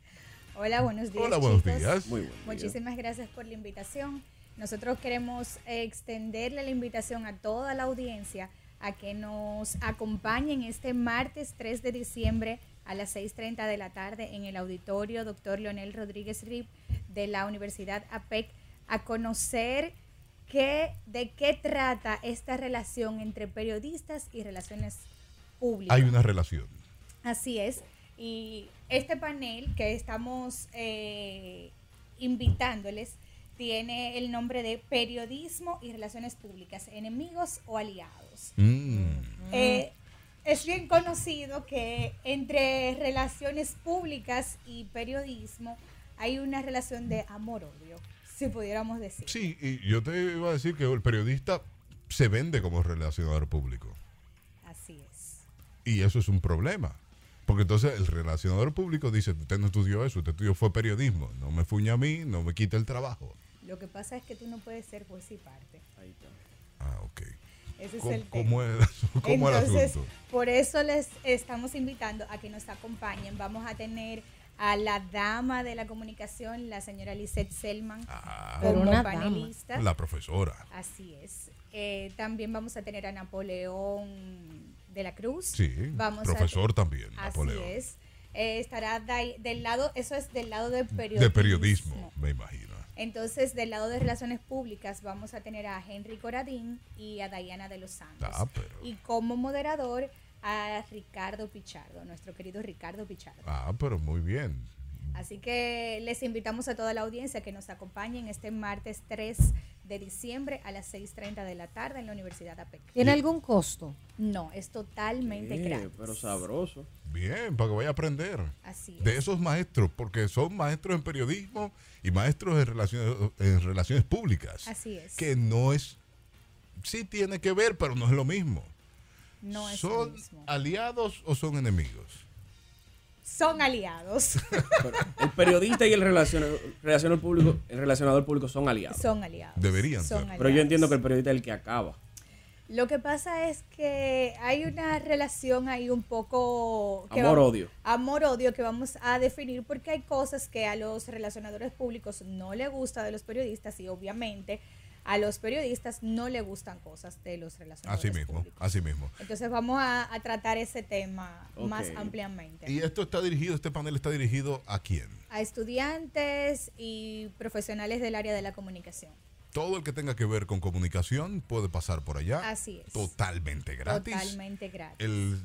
Hola, buenos días. Hola, buenos chicos. días. Muy buenos días. Muchísimas gracias por la invitación. Nosotros queremos eh, extenderle la invitación a toda la audiencia a que nos acompañen este martes 3 de diciembre a las 6.30 de la tarde en el auditorio Dr. Leonel Rodríguez Rip de la Universidad APEC a conocer qué, de qué trata esta relación entre periodistas y relaciones públicas. Hay una relación. Así es. Y este panel que estamos eh, invitándoles tiene el nombre de Periodismo y Relaciones Públicas, Enemigos o Aliados. Mm. Eh, es bien conocido que entre relaciones públicas y periodismo hay una relación de amor-odio, si pudiéramos decir. Sí, y yo te iba a decir que el periodista se vende como relacionador público. Así es. Y eso es un problema. Porque entonces el relacionador público dice, usted no estudió eso, usted estudió fue periodismo, no me fuña a mí, no me quita el trabajo. Lo que pasa es que tú no puedes ser juez y parte. Ahí está. Ah, ok. Ese es ¿Cómo, el tema. cómo es el asu- cómo es el Entonces, asunto? por eso les estamos invitando a que nos acompañen. Vamos a tener a la dama de la comunicación, la señora Lisette Selman, pero como una dama. panelista. Ah, La profesora. Así es. Eh, también vamos a tener a Napoleón de la Cruz. Sí, profesor también, Así Napoleón. es. Eh, estará dai- del lado, eso es del lado de periodismo. De periodismo, me imagino. Entonces, del lado de relaciones públicas, vamos a tener a Henry Coradín y a Dayana de los Santos. Ah, pero, Y como moderador, a Ricardo Pichardo, nuestro querido Ricardo Pichardo. ah, pero muy bien. Así que les invitamos a toda la audiencia que nos acompañen este martes 3 de diciembre a las 6.30 de la tarde en la Universidad APEC. ¿Tiene algún costo? No, es totalmente gratis. Eh, pero sabroso. Bien, para que vaya a aprender. Así De esos maestros, porque son maestros en periodismo y maestros en relaciones, en relaciones públicas. Así es. Que no es, sí tiene que ver, pero no es lo mismo. No es lo ¿Son mismo. aliados o son enemigos? Son aliados. El periodista y el relacionador, relacionador público, el relacionador público son aliados. Son aliados. Deberían Son ser. Pero yo aliados. entiendo que el periodista es el que acaba. Lo que pasa es que hay una relación ahí un poco... que Amor, va- odio. Amor-odio que vamos a definir porque hay cosas que a los relacionadores públicos no le gusta de los periodistas y obviamente a los periodistas no le gustan cosas de los relacionadores. Así mismo, así mismo. Entonces vamos a, a tratar ese tema más Ok. ampliamente. Y esto está dirigido, este panel está dirigido a quién? a estudiantes y profesionales del área de la comunicación. Todo el que tenga que ver con comunicación puede pasar por allá. Así es. Totalmente gratis. Totalmente gratis. El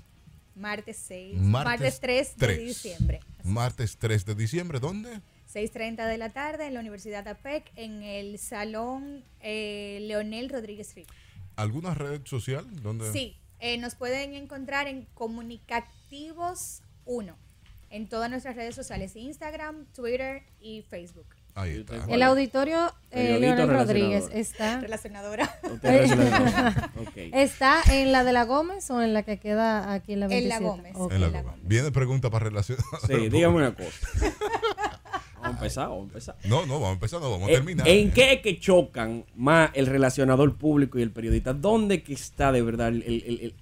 martes 6. Martes Martes, 3 de 3. diciembre. martes 3 de diciembre, ¿dónde? 6.30 de la tarde en la Universidad APEC en el Salón eh, Leonel Rodríguez Rico. ¿Alguna red social? ¿Dónde? Sí, eh, nos pueden encontrar en Comunicativos 1 en todas nuestras redes sociales, Instagram, Twitter y Facebook. Ahí está. El auditorio eh, Periodito Leonel relacionador. Rodríguez está. Relacionadora. relacionadora. Ok. Eh. ¿Está en la de la Gómez o en la que queda aquí en la En 27? la Gómez. Ok. En la goma. Viene pregunta para relacionar. Sí, dígame una cosa. Vamos a empezar, vamos a empezar. No, no, vamos a empezar, no, vamos a Eh, terminar. ¿En qué es que chocan más el relacionador público y el periodista? ¿Dónde que está de verdad el, el- el-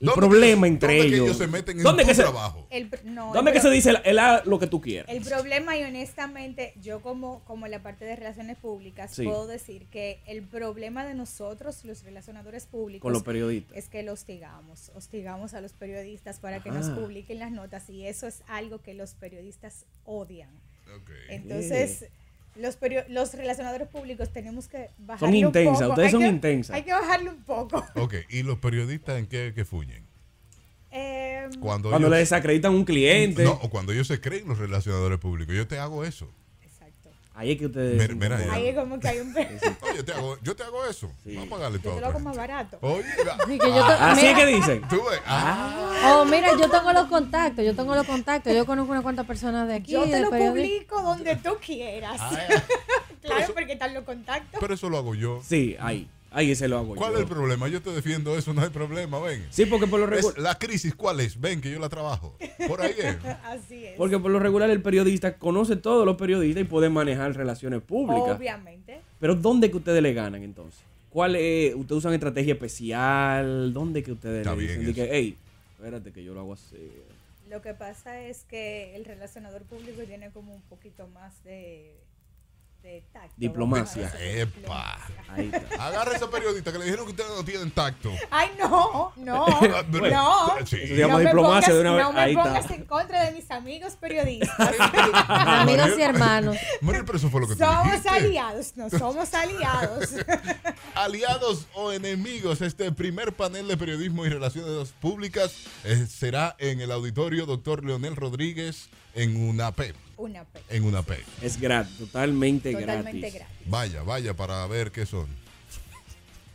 el problema entre dónde que ellos? ellos se meten en ¿Dónde tu que se- trabajo? El pr- no, ¿Dónde el que pro- se dice el, el haz lo que tú quieras? El problema, y honestamente, yo como, como en la parte de relaciones públicas, Sí. puedo decir que el problema de nosotros, los relacionadores públicos, Con los periodistas. es que los hostigamos. Hostigamos a los periodistas para que nos Ajá. publiquen las notas y eso es algo que los periodistas odian. Entonces... Los, perio- los relacionadores públicos tenemos que bajarle un poco. intensas, ustedes Hay son que- intensas. Hay que bajarle un poco. Ok, ¿y los periodistas en qué que fuñen? Eh, Cuando, Cuando ellos- le desacreditan un cliente. No, o cuando ellos se creen los relacionadores públicos. Yo te hago eso. Ahí es que ustedes. Mira, mira, ahí es como que hay un... No, yo, te hago, yo te hago eso. Vamos a pagarle Yo todo. te lo hago más barato. Oye, Ah, Así que yo te- Así es mira. que dicen. Tú ves, ah, Oh, mira, yo tengo los contactos, yo tengo los contactos, yo conozco una cuanta persona de aquí. Yo te del lo periodi- publico donde tú quieras. claro, porque están los contactos. pero eso lo hago yo. Ah. Sí, ahí. Ahí se lo hago ¿Cuál yo. es el problema? Yo te defiendo eso, no hay problema, ven. Sí, porque por lo regular. La crisis, ¿cuál es? Ven, que yo la trabajo. Por ahí es. Así es. Porque por lo regular el periodista conoce todos los periodistas y puede manejar relaciones públicas. Obviamente. Pero ¿dónde que ustedes le ganan entonces? ¿Cuál es? ¿Ustedes usan estrategia especial? ¿Dónde que ustedes Está le bien dicen? de eso. que, hey, espérate que yo lo hago así. Lo que pasa es que el relacionador público tiene como un poquito más de, de tacto. Diplomacia. vamos a decir. Epa. Ahí está. Agarra a ese periodista que le dijeron que ustedes no tienen tacto. Ay, no, no, Bueno, no. eh, sí. Eso se No llama me diplomacia pongas- de una vez. No me Ahí está. pongas en contra de mis amigos periodistas. Amigos y hermanos. Manuel, pero eso fue lo que tú somos dijiste. aliados, no somos aliados. Aliados o enemigos, este primer panel de periodismo y relaciones públicas eh, será en el auditorio Doctor Leonel Rodríguez en UNAPEP. Una pe- En UNAPEP. Es gratis, totalmente, Totalmente gratis. Vaya, vaya para ver qué son.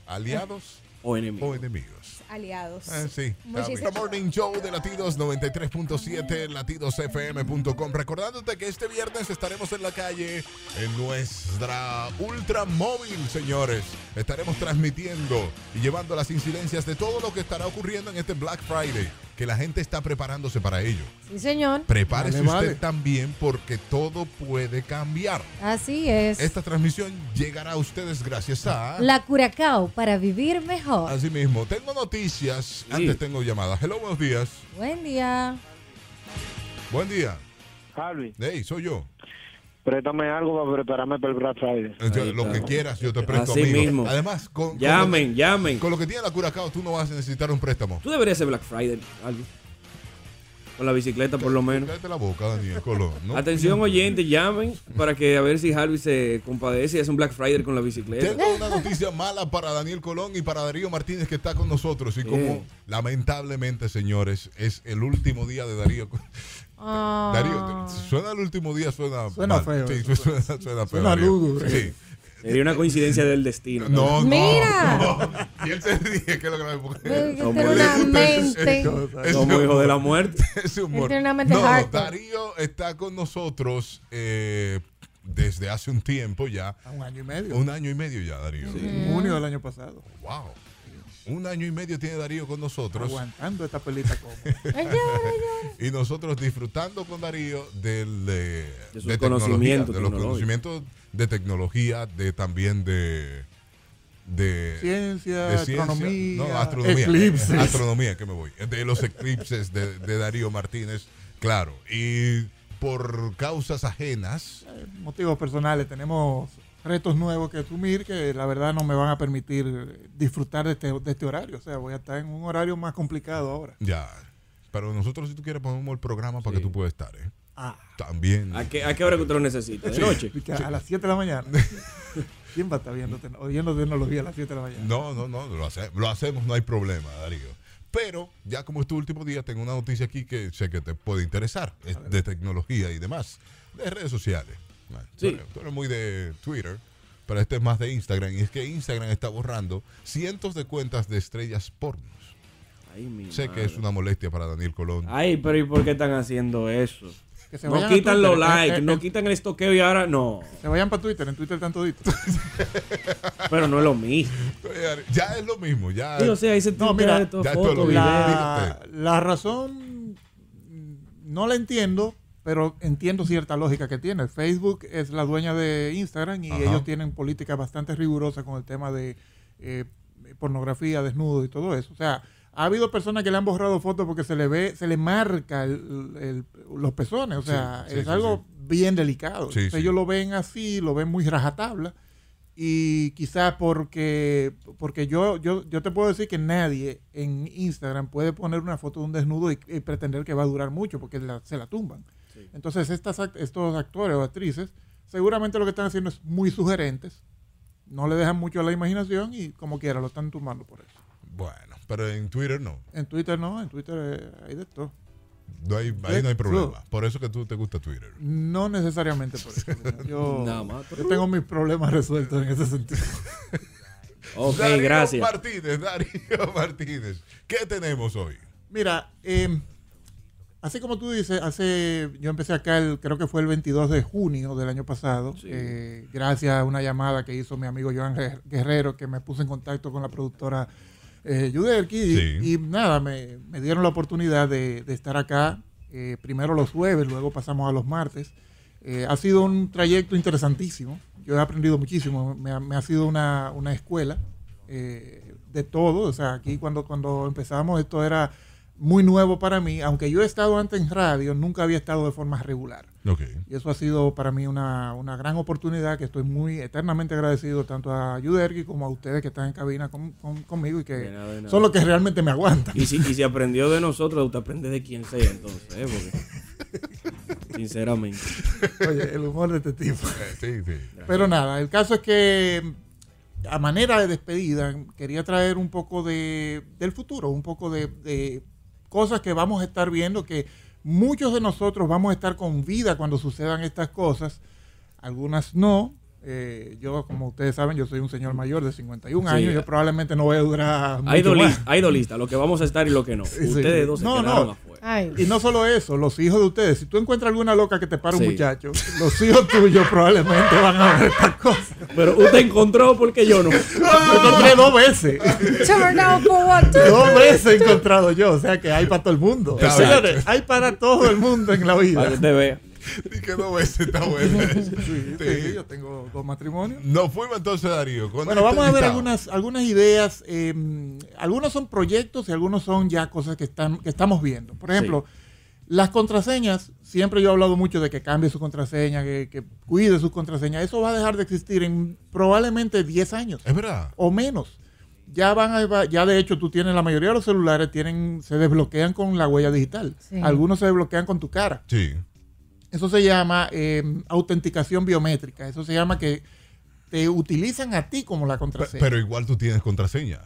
Aliados o enemigos. O enemigos. aliados. Ah, sí. está bien. Muchísimas The Morning Show de Latidos 93.7, latidosfm.com. Recordándote que este viernes estaremos en la calle en nuestra ultra móvil, señores. Estaremos transmitiendo y llevando las incidencias de todo lo que estará ocurriendo en este Black Friday, que la gente está preparándose para ello. Sí, señor. Prepárese Vale, usted vale. también porque todo puede cambiar. Así es. Esta transmisión llegará a ustedes gracias a... La Curacao para vivir mejor. Así mismo, tengo noticias. Antes tengo llamadas. Hello, buenos días. Buen día. Buen día. Harvey. Hey, soy yo. Préstame algo para prepararme para el Black Friday. Yo- lo que quieras, yo te presto Así amigo. mismo. Además, con, con Llamen, lo que- llamen. Con lo que tiene la Curacao, tú no vas a necesitar un préstamo. Tú deberías ser Black Friday, algo. Con la bicicleta, por lo menos. Cállate la boca, Daniel Colón. ¿no? Atención, oyente, llamen para que a ver si Harvey se compadece y hace un Black Friday con la bicicleta. Tengo una noticia mala para Daniel Colón y para Darío Martínez que está con nosotros. Y como Bien. lamentablemente, señores, es el último día de Darío. Ah. Darío, suena el último día, suena. Suena mal. feo. Sí, suena, suena feo. Suena Darío. lúgubre. Sí. Sería una coincidencia del destino. No, no. Mira. no. Y él se ríe, que es lo que me porque- Él Somos- tiene este una mente. Somos hijos de la muerte. Ese humor. Él tiene una mente No, hardcore. Darío está con nosotros eh, desde hace un tiempo ya. Un año y medio. Un año y medio ya, Darío. En junio del año pasado. Wow. Un año y medio tiene Darío con nosotros. Aguantando esta pelita como. y nosotros disfrutando con Darío del, eh, De sus de tecnología, conocimientos de los tecnológicos. conocimientos de tecnología, de también de de Ciencia, astronomía, no, astronomía, Eh, eclipses. astronomía que me voy, Eh, de los eclipses de, de Darío Martínez, claro, y por causas ajenas, Motivos personales. Tenemos retos nuevos que asumir que la verdad no me van a permitir disfrutar de este, de este horario. O sea, voy a estar en un horario más complicado ahora. ya. Pero nosotros si tú quieres ponemos el programa para que tú puedas estar, ¿eh? Ah. También. ¿A qué, a qué hora que usted lo necesita? ¿De Sí. noche? Y que A las 7 de la mañana. ¿Quién va a estar viendo, te- oyendo tecnología a las 7 de la mañana? No, no, no, lo, hace- lo hacemos, no hay problema, Darío. Pero ya como es tu último día, tengo una noticia aquí que sé que te puede interesar, es de tecnología y demás, de redes sociales. Bueno, tú eres- Tú eres muy de Twitter, pero este es más de Instagram. Y es que Instagram está borrando cientos de cuentas de estrellas pornos. Ay, mi sé que madre. Ah. es una molestia para Daniel Colón. Ay, pero ¿y por qué están haciendo eso? Que se No vayan a quitan los Twitter, eh, likes, eh, no eh. quitan el estoqueo y ahora no. Se vayan para Twitter, en Twitter tanto dito. Pero no es lo mismo. Ya es lo mismo, ya. Sí, o sea, ahí se No, tira mira, de todo ya foto, todo lo vi. video. la, la razón mm, no la entiendo pero entiendo cierta lógica que tiene. Facebook es la dueña de Instagram y Ajá. ellos tienen políticas bastante rigurosas con el tema de eh, pornografía, desnudo y todo eso. O sea, ha habido personas que le han borrado fotos porque se le ve, se le marca el- el- los pezones. O sea, Sí, sí, es sí, algo sí. bien delicado. Sí, Entonces, sí. Ellos lo ven así, lo ven muy rajatabla. Y quizás porque, porque yo, yo, yo te puedo decir que nadie en Instagram puede poner una foto de un desnudo y, y pretender que va a durar mucho porque la- se la tumban. Sí. Entonces estas, act- estos actores o actrices seguramente lo que están haciendo es muy sugerentes, no le dejan mucho a la imaginación y como quiera lo están tumbando por eso. Bueno, pero en Twitter no. En Twitter no, en Twitter eh, hay de todo. No hay, ahí no hay problema. Por eso que tú te gusta Twitter. No necesariamente por eso. señor. Yo, Nada más. yo tengo mis problemas resueltos en ese sentido. Darío Martínez, Darío Martínez. ¿Qué tenemos hoy? Mira, eh, así como tú dices, hace yo empecé acá, el, creo que fue el 22 de junio del año pasado, eh, gracias a una llamada que hizo mi amigo Joan Guer- Guerrero, que me puso en contacto con la productora eh, Yudelki, y- y, nada, me, me dieron la oportunidad de, de estar acá, eh, primero los jueves, luego pasamos a los martes. Eh, ha sido un trayecto interesantísimo, yo he aprendido muchísimo, me ha, me ha sido una, una escuela eh, de todo, o sea, aquí cuando, cuando empezamos esto era muy nuevo para mí, aunque yo he estado antes en radio, nunca había estado de forma regular. Ok. Y eso ha sido para mí una, una gran oportunidad que estoy muy eternamente agradecido tanto a Yuderki como a ustedes que están en cabina con- con- conmigo y que De nada, de nada. son los que realmente me aguantan. Y si, y si aprendió de nosotros, usted aprende de quien sea, entonces, ¿eh? Porque, sinceramente. Oye, el humor de este tipo. Sí, sí. Pero nada, el caso es que a manera de despedida quería traer un poco de, del futuro, un poco de, de cosas que vamos a estar viendo, que muchos de nosotros vamos a estar con vida cuando sucedan estas cosas, algunas no. Eh, yo, como ustedes saben, yo soy un señor mayor de 51 Sí. años, yo probablemente no voy a durar... Hay mucho dos más. lis- hay dos listas, lo que vamos a estar y lo que no. Sí, sí. Ustedes dos se No, quedaron no. afuera. Y no solo eso, los hijos de ustedes. Si tú encuentras alguna loca que te Ah, para un Sí. muchacho, los hijos tuyos probablemente van a ver estas cosas. Pero usted encontró porque yo no. Yo encontré dos veces. Turn out for what? Dos veces he encontrado yo. O sea que hay para todo el mundo. Exacto. Señores, hay para todo el mundo en la vida. Para que usted vea. Y que dos veces está bueno. Sí, sí, yo tengo dos matrimonios. Nos fuimos entonces, Darío. con Bueno, este vamos a ver listado. algunas, algunas ideas. eh, algunos son proyectos y algunos son ya cosas que, están, que estamos viendo. Por ejemplo, las contraseñas, siempre yo he hablado mucho de que cambie su contraseña, que, que cuide sus contraseñas. Eso va a dejar de existir en probablemente 10 años. Es verdad. O menos. Ya van a, va- ya de hecho tú tienes la mayoría de los celulares tienen se desbloquean con la huella digital. Sí. Algunos se desbloquean con tu cara. Sí. Eso se llama eh, autenticación biométrica. Eso se llama que te utilizan a ti como la Pe- contraseña. Pero igual tú tienes contraseña.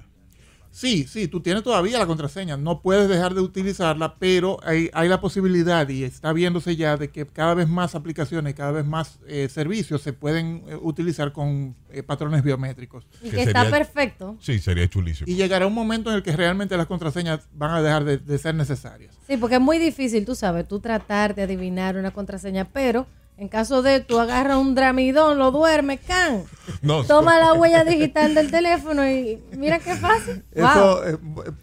Sí, sí, tú tienes todavía la contraseña, no puedes dejar de utilizarla, pero hay, hay la posibilidad y está viéndose ya de que cada vez más aplicaciones, cada vez más eh, servicios se pueden eh, utilizar con eh, patrones biométricos. Y que está perfecto. Sí, sería chulísimo. Y llegará un momento en el que realmente las contraseñas van a dejar de, de ser necesarias. Sí, porque es muy difícil, tú sabes, tú tratar de adivinar una contraseña, pero en caso de tú agarras un dramidón, lo duermes, can. No, Toma la huella digital del teléfono y mira qué fácil. Eso eh,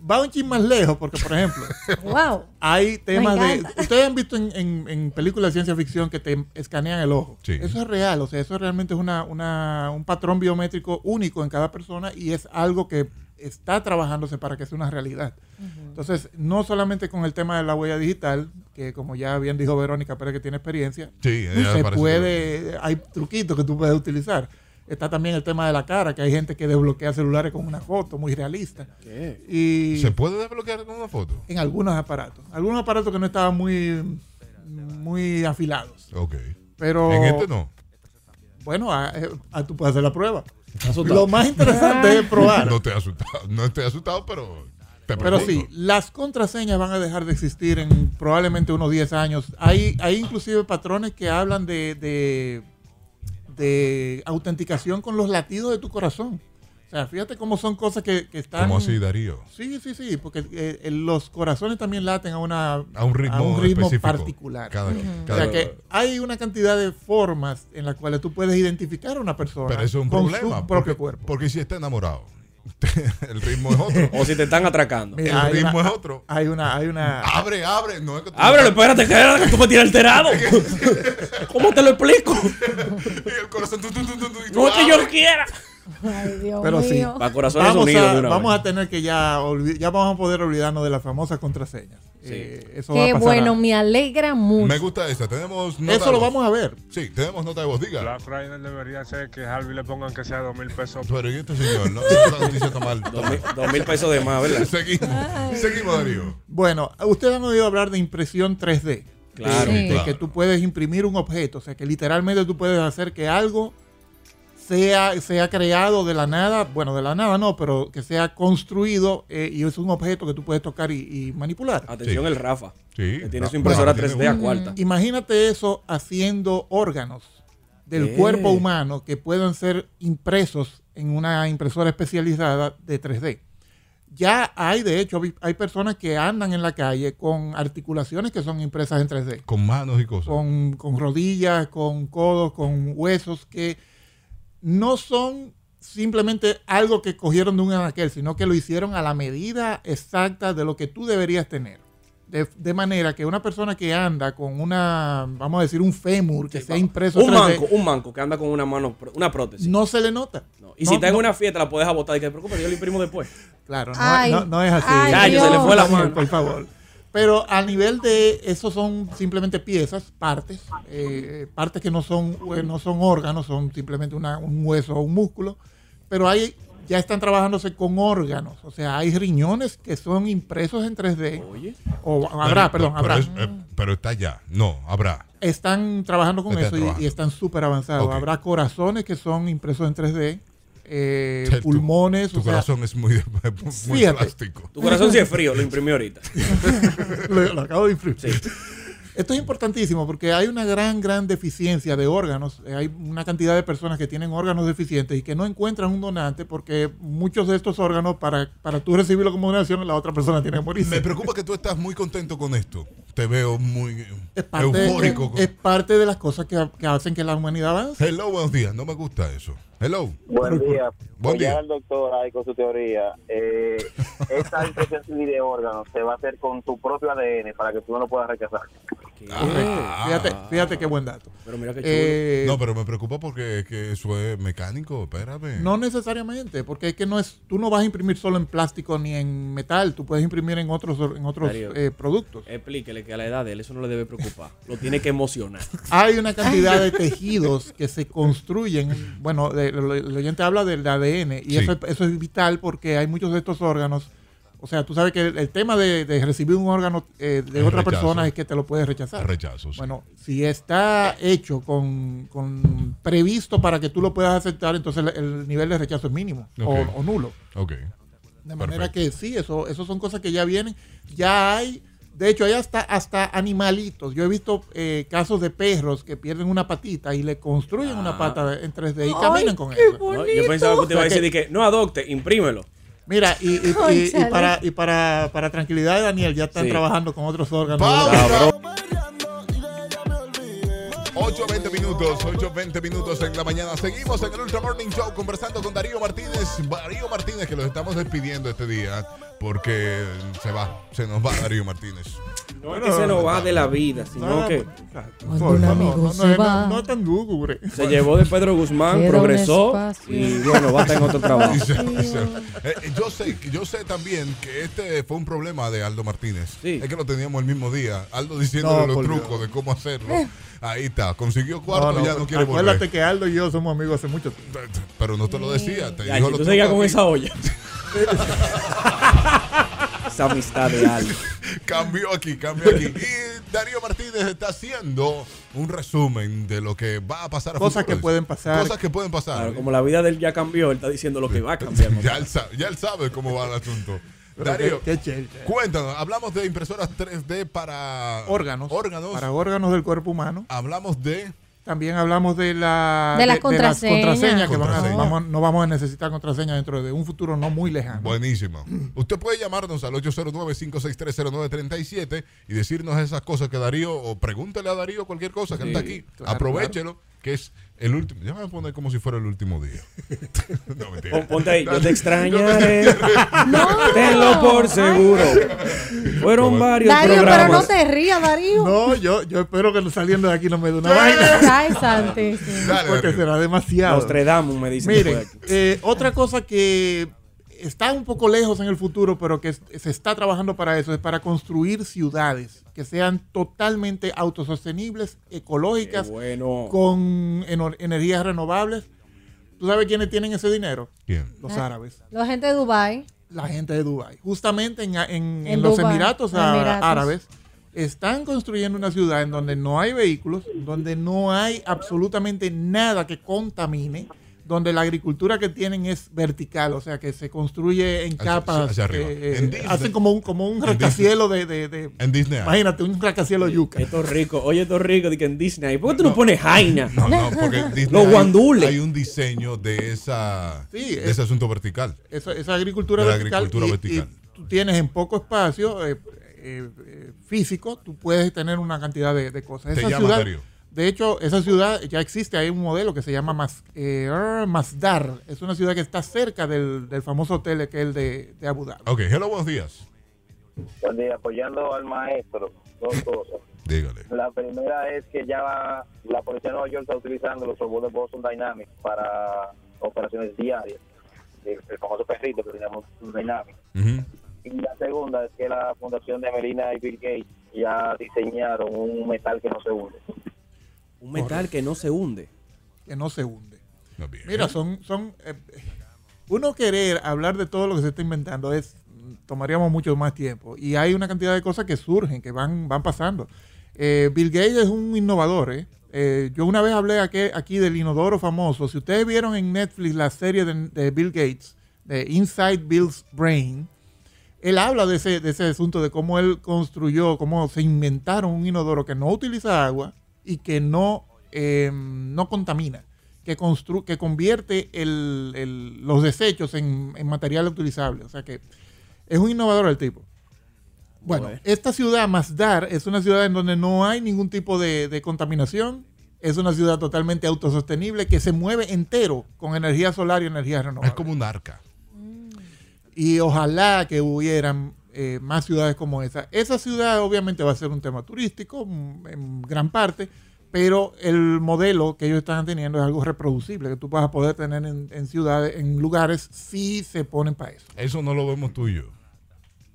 va un chin más lejos porque, por ejemplo, Wow. wow. hay temas Me de... encanta. Ustedes han visto en, en- en películas de ciencia ficción que te escanean el ojo. Sí. Eso es real, o sea, eso realmente es una, una- un patrón biométrico único en cada persona y es algo que está trabajándose para que sea una realidad. Entonces, no solamente con el tema de la huella digital, que como ya bien dijo Verónica Pérez que tiene experiencia, Sí, ella se parece que- puede, hay truquitos que tú puedes utilizar. Está también el tema de la cara, que hay gente que desbloquea celulares con una foto muy realista. Y ¿Se puede desbloquear con una foto? en algunos aparatos. Algunos aparatos que no estaban muy, muy afilados. Ok. Pero. En este no. Bueno, a, eh, a- tú puedes hacer la prueba. asustado. Lo más interesante es probar. No estoy asustado, no estoy asustado, pero te Pero pregunto. sí, las contraseñas van a dejar de existir en probablemente unos 10 años. Hay, hay inclusive patrones que hablan de, de, de autenticación con los latidos de tu corazón. O sea, fíjate cómo son cosas que, que están... ¿Cómo así, Darío? Sí, sí, sí, porque eh, eh, los corazones también laten a, una, A un ritmo específico. particular. Cada- Ujú. cada- o sea que hay una cantidad de formas en las cuales tú puedes identificar a una persona Pero eso es un con problema. su propio porque, porque si está enamorado el ritmo es otro. O si te están atracando. El Mira, Ah, hay ritmo una- es otro. Hay una, hay una. Abre, abre. No es que tú- Ábrelo, espérate, que que tú me tienes alterado. ¿Cómo te lo explico? el corazón. tu, tu, tu, tu, tu, y tú "Ah, No es que yo abres. quiera. Ay, Dios Pero sí. mío. Pa' corazones vamos unidos a, de una vamos vez. a tener que ya olvi- ya vamos a poder olvidarnos de las famosas contraseñas. Eh, eso va a Qué pasar bueno, a- me alegra mucho. Me gusta esa. Tenemos nota Eso de lo voz. vamos a ver. Sí, tenemos nota de voz. Diga. Black Friday debería ser que Harvey le pongan que sea dos mil pesos. Pero y este señor, no, esta noticia está mal. Dos mil- dos mil pesos de más, ¿verdad? Seguimos, Ay. seguimos, Darío. Bueno, ustedes han oído hablar de impresión 3D. Claro. De, Sí. de Claro. que tú puedes imprimir un objeto. O sea, que literalmente tú puedes hacer que algo sea, sea creado de la nada. Bueno, de la nada no, pero que sea construido eh, y es un objeto que tú puedes tocar y, y manipular. Atención, el Rafa. Sí. Que tiene Rafa, su impresora tiene 3D a un- cuarta. Imagínate eso haciendo órganos del Eh. cuerpo humano que puedan ser impresos en una impresora especializada de 3D. Ya hay, de hecho, vi- hay personas que andan en la calle con articulaciones que son impresas en 3D. Con manos y cosas. Con, con rodillas, con codos, con huesos, que no son simplemente algo que cogieron de un anaquel, sino que lo hicieron a la medida exacta de lo que tú deberías tener. De, de manera que una persona que anda con una, vamos a decir, un fémur que sea impreso Un 3D, manco, un manco que anda con una mano, pro- una prótesis. no se le nota. Y No, si está en no. una fiesta, la puedes abotar y que te preocupes, yo lo imprimo después. Claro, no, Ay. no- no es así. Ay, Chacho, se le fue la mano. Por favor. Pero a nivel de eso son simplemente piezas, partes, eh, partes que no son, eh, no son órganos, son simplemente una- un hueso o un músculo. Pero hay, ya están trabajándose con órganos. O sea, hay riñones que son impresos en 3D. O habrá, Pero- perdón, habrá. Pero, es- eh, pero está ya. No, habrá. Están trabajando con Están eso y- trabajando. y, están súper avanzados. Ok. Habrá corazones que son impresos en 3D, eh, Tu- pulmones. Tu o sea, corazón es muy, muy fíjate. plástico. Tu corazón sí es frío, lo imprimí ahorita. lo, lo acabo de imprimir. Esto es importantísimo porque hay una gran, gran deficiencia de órganos. Eh, Hay una cantidad de personas que tienen órganos deficientes y que no encuentran un donante porque muchos de estos órganos, para, para tú recibirlo como donación, la otra persona tiene que morir. Me preocupa que tú estás muy contento con esto. Te veo muy Parte- eufórico. Es, parte de las cosas que, que hacen que la humanidad avance. Hello, buenos días. No me gusta eso. Hello. Buen día. Buen Apoyar día. al doctor ahí con su teoría. Eh, esta impresión 3D de órganos se va a hacer con tu propio ADN para que tú no lo puedas rechazar. Correcto. Ah, Fíjate, fíjate qué buen dato. Eh, Ah. no, pero me preocupa porque es que eso es mecánico. Espérame. No necesariamente, porque es que no es, tú no vas a imprimir solo en plástico ni en metal, tú puedes imprimir en otros, en otros Darío, eh, productos. Explíquele que a la edad de él eso no le debe preocupar. Lo tiene que emocionar. Hay una cantidad de tejidos que se construyen. Bueno, de- lo- el oyente habla del ADN y Sí. eso, es- eso es vital porque hay muchos de estos órganos. O sea, tú sabes que el, el tema de, de recibir un órgano eh, de El otra rechazo. persona es que te lo puedes rechazar. Rechazo, sí. Bueno, si está hecho con, con- previsto para que tú lo puedas aceptar, entonces el, el nivel de rechazo es mínimo o- Ok. o nulo. Ok. De manera que sí, eso, eso son cosas que ya vienen. Ya hay, de hecho, hay hasta, hasta animalitos. Yo he visto eh, casos de perros que pierden una patita y le construyen una pata en 3D y caminan con eso. No, Yo pensaba que usted iba a decir de que no adopte, imprímelo. Mira, y, y- y- Ay, y chale. para, y para, para tranquilidad de Daniel, ya están Sí. trabajando con otros órganos. Pausa. 8.20 minutos, 8.20 minutos en la mañana. Seguimos en el Ultra Morning Show conversando con Darío Martínez. Darío Martínez, que los estamos despidiendo este día porque se va, se nos va Darío Martínez. No es que Este se nos va de la vida, sino No, que Por favor, no, no, se no, no, va. no es tan lúgubre. se llevó de Pedro Guzmán, Queda un progresó espacio. y bueno, va a estar en otro trabajo. Dice- dice- eh, eh, yo, sé, yo sé también que este fue un problema de Aldo Martínez. Es que lo teníamos el mismo día. Aldo diciéndole No, los por trucos de cómo hacerlo. Eh. Ahí está, consiguió cuarto, No, no, ya no quiere acuérdate volver. que Aldo y yo somos amigos hace mucho tiempo. Pero no te lo decía, te Ya, dijo si lo tú seguías trucos a con ti. esa olla. esa amistad de Aldo. Cambio aquí, cambio aquí. Y Darío Martínez está haciendo un resumen de lo que va a pasar a Cosas futuro. que pueden pasar. Cosas que pueden pasar. Claro, como la vida de él ya cambió, él está diciendo lo que va a cambiar. ¿no? ya, él sabe, ya él sabe cómo va el asunto. Pero Darío, qué- qué chévere. cuéntanos, hablamos de impresoras 3D para órganos, órganos. para órganos del cuerpo humano. Hablamos de también hablamos de la De las contraseñas. que van a- Contraseña. vamos a- no vamos a necesitar contraseñas dentro de un futuro no muy lejano. Buenísimo. Usted puede llamarnos al 809-56309-37 y decirnos esas cosas que Darío, o pregúntele a Darío cualquier cosa que Sí, está aquí. claro, Aprovechelo. que es el último. Ya me voy a poner como si fuera el último día. no, mentira. Pon- Ponte ahí, yo te Dale. extrañaré. No. Tenlo por seguro. Fueron varios Darío, pero no programas. te rías, Darío. No, yo, yo espero que saliendo de aquí no me dé una vaina. Ay, Santi. sí. porque será demasiado. Nostradamus me dice. Miren, eh, otra cosa que está un poco lejos en el futuro, pero que es- se está trabajando para eso, es para construir ciudades que sean totalmente autosostenibles, ecológicas, Qué bueno. con eno- energías renovables. ¿Tú sabes quiénes tienen ese dinero? ¿Quién? Los Ah. árabes. La gente de Dubai. La gente de Dubái. Justamente en, en- En en los Dubái, Emiratos, los Emiratos. Árabes están construyendo una ciudad en donde no hay vehículos, donde no hay absolutamente nada que contamine, donde la agricultura que tienen es vertical, o sea que se construye en Hacia- capas, hacia arriba. eh, eh, En Disney. hacen como un como un rascacielos de, de- de- En Disney. imagínate un rascacielos yuca. Esto es rico. Oye, esto es rico. Dije en Disney. ¿Por qué tú no, pones Jaina? No, no, porque Disney Los hay- guandules. Hay un diseño de, esa, Sí, de es- ese asunto vertical. Esa, esa agricultura De la vertical, agricultura y- vertical. y tú tienes en poco espacio eh, eh, eh, físico, tú puedes tener una cantidad de, de cosas. Te Esa llama, ciudad- Darío. de hecho, esa ciudad ya existe, hay un modelo que se llama Mas, eh, ah, Masdar. Es una ciudad que está cerca del, del famoso hotel que es el de, de Abu Dhabi. Ok, hello, buenos días. Buen día, apoyando al maestro, dos cosas. Dígale. La primera es que ya la policía de Nueva York está utilizando los robots de Boston Dynamics para operaciones diarias. El el famoso perrito que teníamos Dynamics. Y la segunda es que la fundación de Melina y Bill Gates ya diseñaron un metal que no se hunde. Un metal que no se hunde. Que no se hunde. Mira, son, son eh, uno querer hablar de todo lo que se está inventando es tomaríamos mucho más tiempo. Y hay una cantidad de cosas que surgen, que van, van pasando. Eh, Bill Gates es un innovador, ¿eh? Eh, yo una vez hablé aquí, aquí del inodoro famoso. Si ustedes vieron en Netflix la serie de, de Bill Gates, de Inside Bill's Brain, él habla de ese, de ese asunto, de cómo él construyó, cómo se inventaron un inodoro que no utiliza agua y que no, eh, no contamina, que, constru que convierte el- el- los desechos en, en material utilizable. O sea que es un innovador el tipo. Bueno, Bueno. esta ciudad, Masdar, es una ciudad en donde no hay ningún tipo de, de contaminación. Es una ciudad totalmente autosostenible que se mueve entero con energía solar y energía renovable. Es como un arca. Y ojalá que hubieran eh, más ciudades como esa. Esa ciudad obviamente va a ser un tema turístico mm, en gran parte, pero el modelo que ellos están teniendo es algo reproducible, que tú vas a poder tener en, en ciudades, en lugares, si se ponen para eso. Eso no lo vemos tú y yo.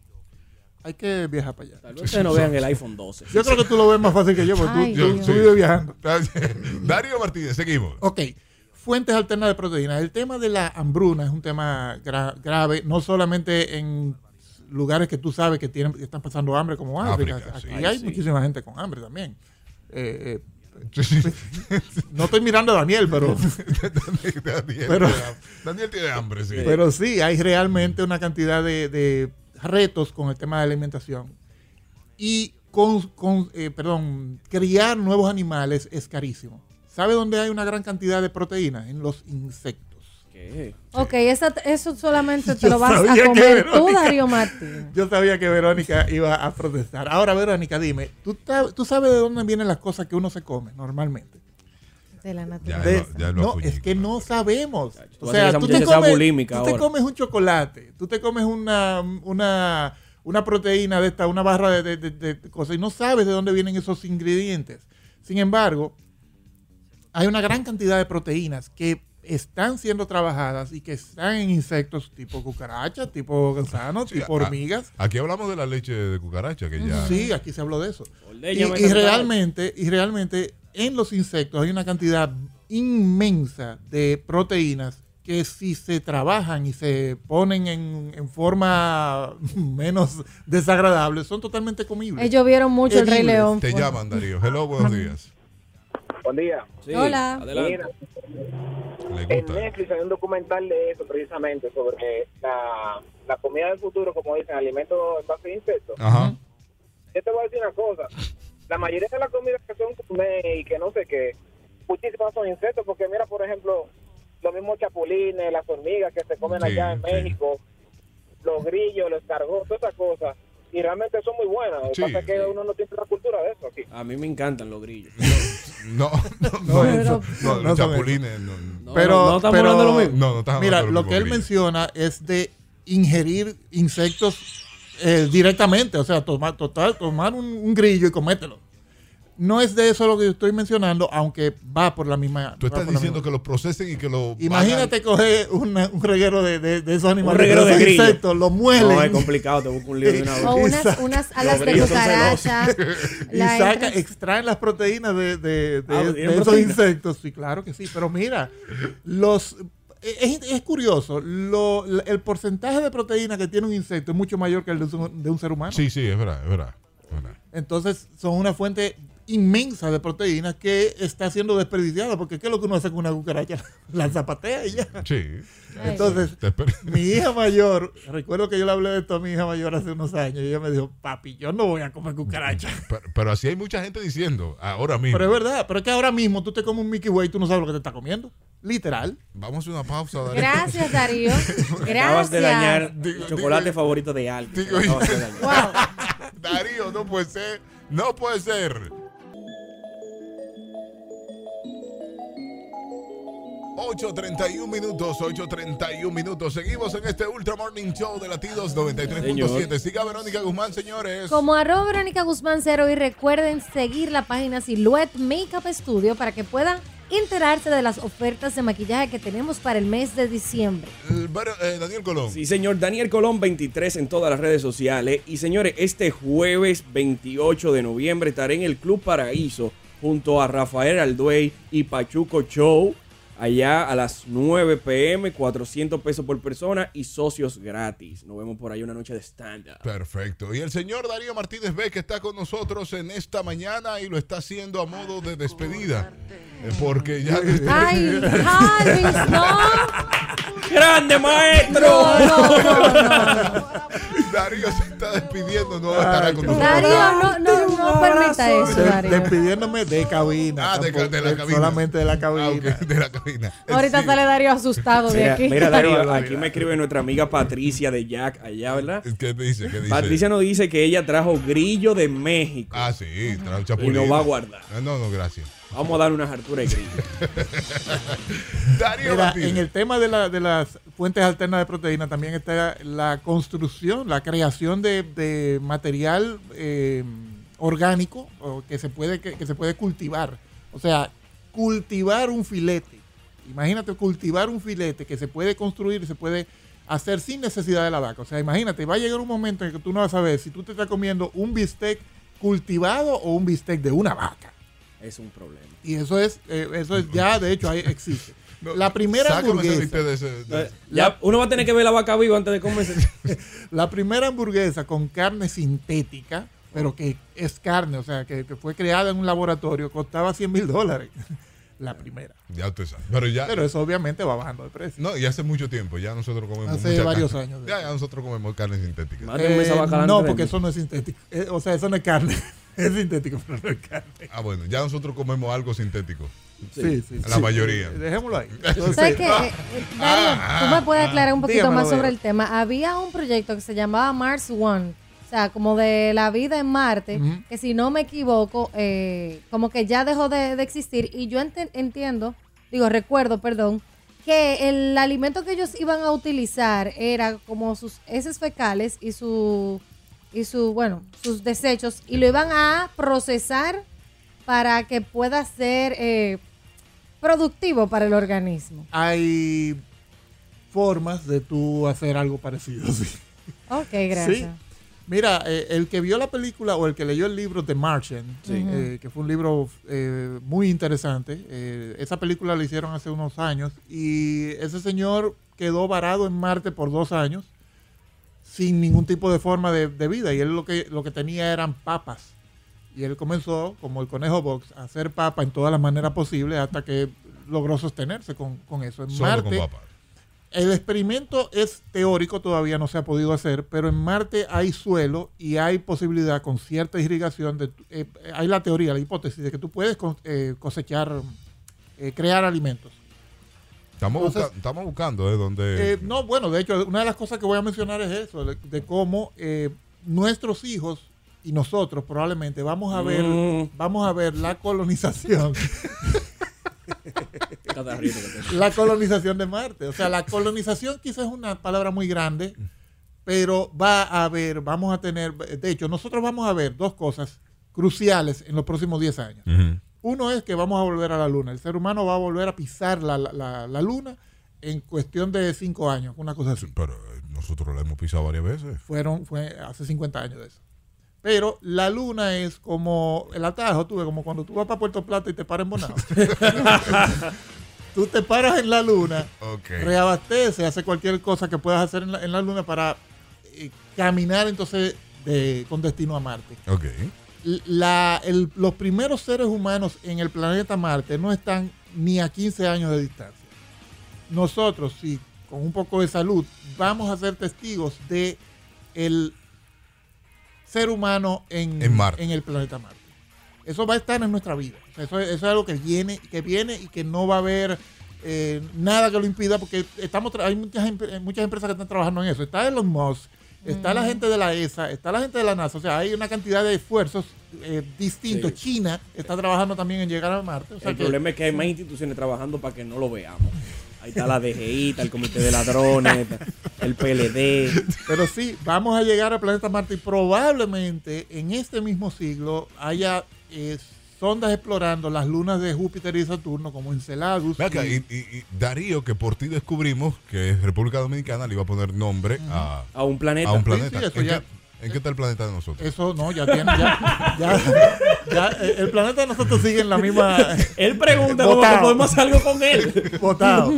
Hay que viajar para allá. Tal vez ustedes no vean el iPhone 12. Yo creo que tú lo ves más fácil que yo, porque tú- Ay, tú, Dios. tú vives viajando. Darío Martínez, seguimos. Ok, fuentes alternas de proteínas. El tema de la hambruna es un tema gra- grave, no solamente en lugares que tú sabes que tienen que están pasando hambre como África. África, sí. Aquí Ay, hay sí. muchísima gente con hambre también. Eh, eh, no estoy mirando a Daniel, pero... Daniel, Pero- tiene hambre. Daniel tiene hambre, sí. Pero sí, hay realmente una cantidad de, de retos con el tema de alimentación. Y con, con, eh, perdón, criar nuevos animales es carísimo. ¿Sabe dónde hay una gran cantidad de proteínas? En los insectos. Ok, esa- eso solamente te Yo lo vas a sabía que comer tú, Verónica- Darío Martín. Yo sabía que Verónica iba a protestar. Ahora, Verónica, dime, ¿tú, ta- tú sabes de dónde vienen las cosas que uno se come normalmente? De la De- naturaleza. no, es que no sabemos. O tú vas a hacer sea, esa tú te, muchacha sea comes, bulímica tú te ahora. comes un chocolate, tú te comes una, una, una proteína de esta, una barra de, de- de- de cosas y no sabes de dónde vienen esos ingredientes. Sin embargo, hay una gran cantidad de proteínas que están siendo trabajadas y que están en insectos tipo cucarachas, tipo gusanos, tipo a- hormigas. Aquí hablamos de la leche de cucaracha, que ya. Sí, aquí se habló de eso. Y, Ordeñame y esa realmente, y realmente en los insectos hay una cantidad inmensa de proteínas que si se trabajan y se ponen en, en forma menos desagradable, son totalmente comibles. Ellos vieron mucho el Rey Edibles. León. Te llaman, Darío. Hello, buenos días. Buen día. Sí, Hola. adelante. Mira, Le en gusta. Netflix hay un documental de eso, precisamente, sobre la, la comida del futuro, como dicen, alimentos en base de insectos. Ajá. Yo te voy a decir una cosa. La mayoría de las comidas que son gourmet y que no sé qué, muchísimas son insectos, porque mira, por ejemplo, los mismos chapulines, las hormigas que se comen Sí, allá en sí. México, los grillos, los cargos, todas esas cosas. y realmente son muy buenas. Lo que Sí, pasa es que sí. uno no tiene la cultura de eso aquí. A mí me encantan los grillos. No, no, No, no, eso- no, no los son chapulines. eso. No, no. pero, pero- No, no estás Mira, hablando de lo que él menciona es de ingerir insectos eh, directamente, o sea, tomar, total, tomar un, un grillo y comértelo. No es de eso lo que yo estoy mencionando, aunque va por la misma. Tú estás diciendo que lo procesen y que lo. Imagínate coger una- un reguero de, de- de esos animales, reguero de esos grillo. insectos, los muelen. No, es complicado, te busco un lío de una vez. O unas, unas alas de grillos son cucaracha. y la saca, entran- extraen las proteínas de, de- de- Ah, de ¿tienen esos proteína? insectos. Sí, claro que sí. Pero mira, los e, es, es curioso. lo- el porcentaje de proteína que tiene un insecto es mucho mayor que el de un, de un ser humano. Sí, sí, es verdad, es verdad. Entonces son una fuente inmensa de proteínas que está siendo desperdiciada. Porque ¿qué es lo que uno hace con una cucaracha? La zapatea y ya. Sí. Entonces, Te esper- mi hija mayor, recuerdo que yo le hablé de esto a mi hija mayor hace unos años y ella me dijo, papi, yo no voy a comer cucaracha. Pero, pero así hay mucha gente diciendo, ahora mismo. Pero es verdad, pero es que ahora mismo tú te comes un Mickey Way y tú no sabes lo que te estás comiendo. Literal. Vamos a una pausa, Gracias, Darío. Acabas de dañar Gracias. el chocolate favorito de alguien. Acabas de dañar. Darío, no puede ser. No puede ser. 8.31 minutos, 8.31 minutos. Seguimos en este Ultra Morning Show de Latidos 93.7. Ah, Señor. Siga Verónica Guzmán, señores. Como arroba Verónica Guzmán Cero y recuerden seguir la página Silhouette Makeup Studio para que puedan enterarse de las ofertas de maquillaje que tenemos para el mes de diciembre. eh, Daniel Colón. Sí, señor. Daniel Colón 23 en todas las redes sociales. Y señores, este jueves 28 de noviembre estaré en el Club Paraíso junto a Rafael Alduey y Pachuco Show. Allá a las 9 pm, 400 pesos por persona y socios gratis. Nos vemos por ahí una noche de stand-up. Perfecto. Y el señor Darío Martínez B, que está con nosotros en esta mañana y lo está haciendo a modo de despedida. Eh, Porque ya. ¡Ay, Alvis, no! ¡Grande maestro! Darío se está despidiendo, no estará con nosotros. Darío, no, no, no permita eso, De- Darío. despidiéndome de cabina. Ah, de tampoco- eh, ca- de la cabina. Ah, Solamente de la cabina. de la cabina. Ahorita sale Darío asustado de Mira, aquí. mira, Darío, aquí me escribe nuestra amiga Patricia de Jack, allá, ¿verdad? ¿Qué dice? ¿Qué dice? Patricia nos dice que ella trajo grillo de México. Ah, sí, trajo Y chapulines. lo va a guardar. Ah, No, no, gracias. Vamos a dar unas harturas de grillo. Darío Mira, Martínez. en el tema de, la- de las fuentes alternas de proteína también está la construcción, la creación de, de material eh, orgánico o que, se puede, que, que se puede cultivar. O sea, cultivar un filete. Imagínate cultivar un filete que se puede construir, se puede hacer sin necesidad de la vaca. O sea, imagínate, va a llegar un momento en que tú no vas a saber si tú te estás comiendo un bistec cultivado o un bistec de una vaca. es un problema. Y eso es, eh, eso es ya, de hecho, ahí existe. la primera sácame ese hamburguesa. bistec de ese- de ese. Ya, uno va a tener que ver la vaca viva antes de comerse. La primera hamburguesa con carne sintética, pero que es carne, o sea, que, que fue creada en un laboratorio, costaba 100 mil dólares. La primera. Ya usted sabe. Pero ya. Pero eso obviamente va bajando de precio. No, y hace mucho tiempo, ya nosotros comemos. Hace mucha varios carne. años. Ya, ya nosotros comemos carne sintética. Eh, no, porque eso no es sintético. Eh, o sea, eso no es carne. Es sintético, pero no es carne. Ah, bueno, ya nosotros comemos algo sintético. Sí, sí. La sí. Eh, mayoría. Dejémoslo ahí. ¿Sabes qué? Ah, Eh, eh, Darío, tú me puedes aclarar Ah, un poquito Dígamelo, más sobre Diego. el tema. Había un proyecto que se llamaba Mars One, o sea, como de la vida en Marte, Ujú. que si no me equivoco, eh, como que ya dejó de, de existir. Y yo ente- entiendo, digo, recuerdo, perdón, que el alimento que ellos iban a utilizar era como sus heces fecales y su y su bueno sus desechos y lo iban a procesar para que pueda ser eh, productivo para el organismo. Hay formas de tú hacer algo parecido, sí. Ok, gracias. Sí. Mira, eh, el que vio la película o el que leyó el libro de Martian, Sí. eh, que fue un libro eh, muy interesante, eh, esa película la hicieron hace unos años y ese señor quedó varado en Marte por dos años sin ningún tipo de forma de, de vida y él lo que, lo que tenía eran papas. Y él comenzó, como el conejo Box, a hacer papa en todas las maneras posibles hasta que logró sostenerse con, con eso. En Solo con Marte, papas. el experimento es teórico, todavía no se ha podido hacer, pero en Marte hay suelo y hay posibilidad con cierta irrigación. De, eh, hay la teoría, la hipótesis de que tú puedes con- eh, cosechar, eh, crear alimentos. Estamos, Entonces- busca- estamos buscando de donde. Eh, no, bueno, de hecho, una de las cosas que voy a mencionar es eso, de, de cómo eh, nuestros hijos y nosotros probablemente vamos a ver, vamos a ver la colonización. la colonización de Marte. O sea, la colonización quizás es una palabra muy grande, pero va a haber, vamos a tener, de hecho, nosotros vamos a ver dos cosas cruciales en los próximos 10 años. Ujú. Uno es que vamos a volver a la luna. El ser humano va a volver a pisar la, la- la- la luna en cuestión de 5 años, una cosa así. Pero eh, nosotros la hemos pisado varias veces. Fueron, fue hace 50 años de eso. Pero la luna es como el atajo, tú ves, como cuando tú vas para Puerto Plata y te paras en Bonao. tú te paras en la luna, Ok. reabastece, hace cualquier cosa que puedas hacer en la, en la luna para eh, caminar entonces de- con destino a Marte. Ok. La- el- los primeros seres humanos en el planeta Marte no están ni a 15 años de distancia. Nosotros, si con un poco de salud, vamos a ser testigos de el ser humano en, En Marte. el planeta Marte. Eso va a estar en nuestra vida. O sea, Eso, eso es algo que viene, que viene y que no va a haber eh, nada que lo impida porque estamos tra- hay muchas, em- muchas empresas que están trabajando en eso. Está Elon Musk, está la Mm. gente de la ESA, está la gente de la NASA. O sea, hay una cantidad de esfuerzos eh, distintos. Sí. China está trabajando también en llegar a Marte. O sea el que- problema es que hay más instituciones trabajando para que no lo veamos. Ahí está la DGI, está el Comité de Ladrones, está el PLD. Pero sí, vamos a llegar al planeta Marte y probablemente en este mismo siglo haya eh, sondas explorando las lunas de Júpiter y Saturno como Enceladus. Ve acá, y, y- y Darío, que por ti descubrimos que República Dominicana le iba a poner nombre a, A un planeta. A un Sí, planeta. sí, eso ¿En, ya- qué, en qué está el planeta de nosotros? Eso no, ya tiene, ya, ya, ya, eh, el planeta de nosotros sigue en la misma. Él pregunta cómo Botado. podemos hacer algo con él. Votado.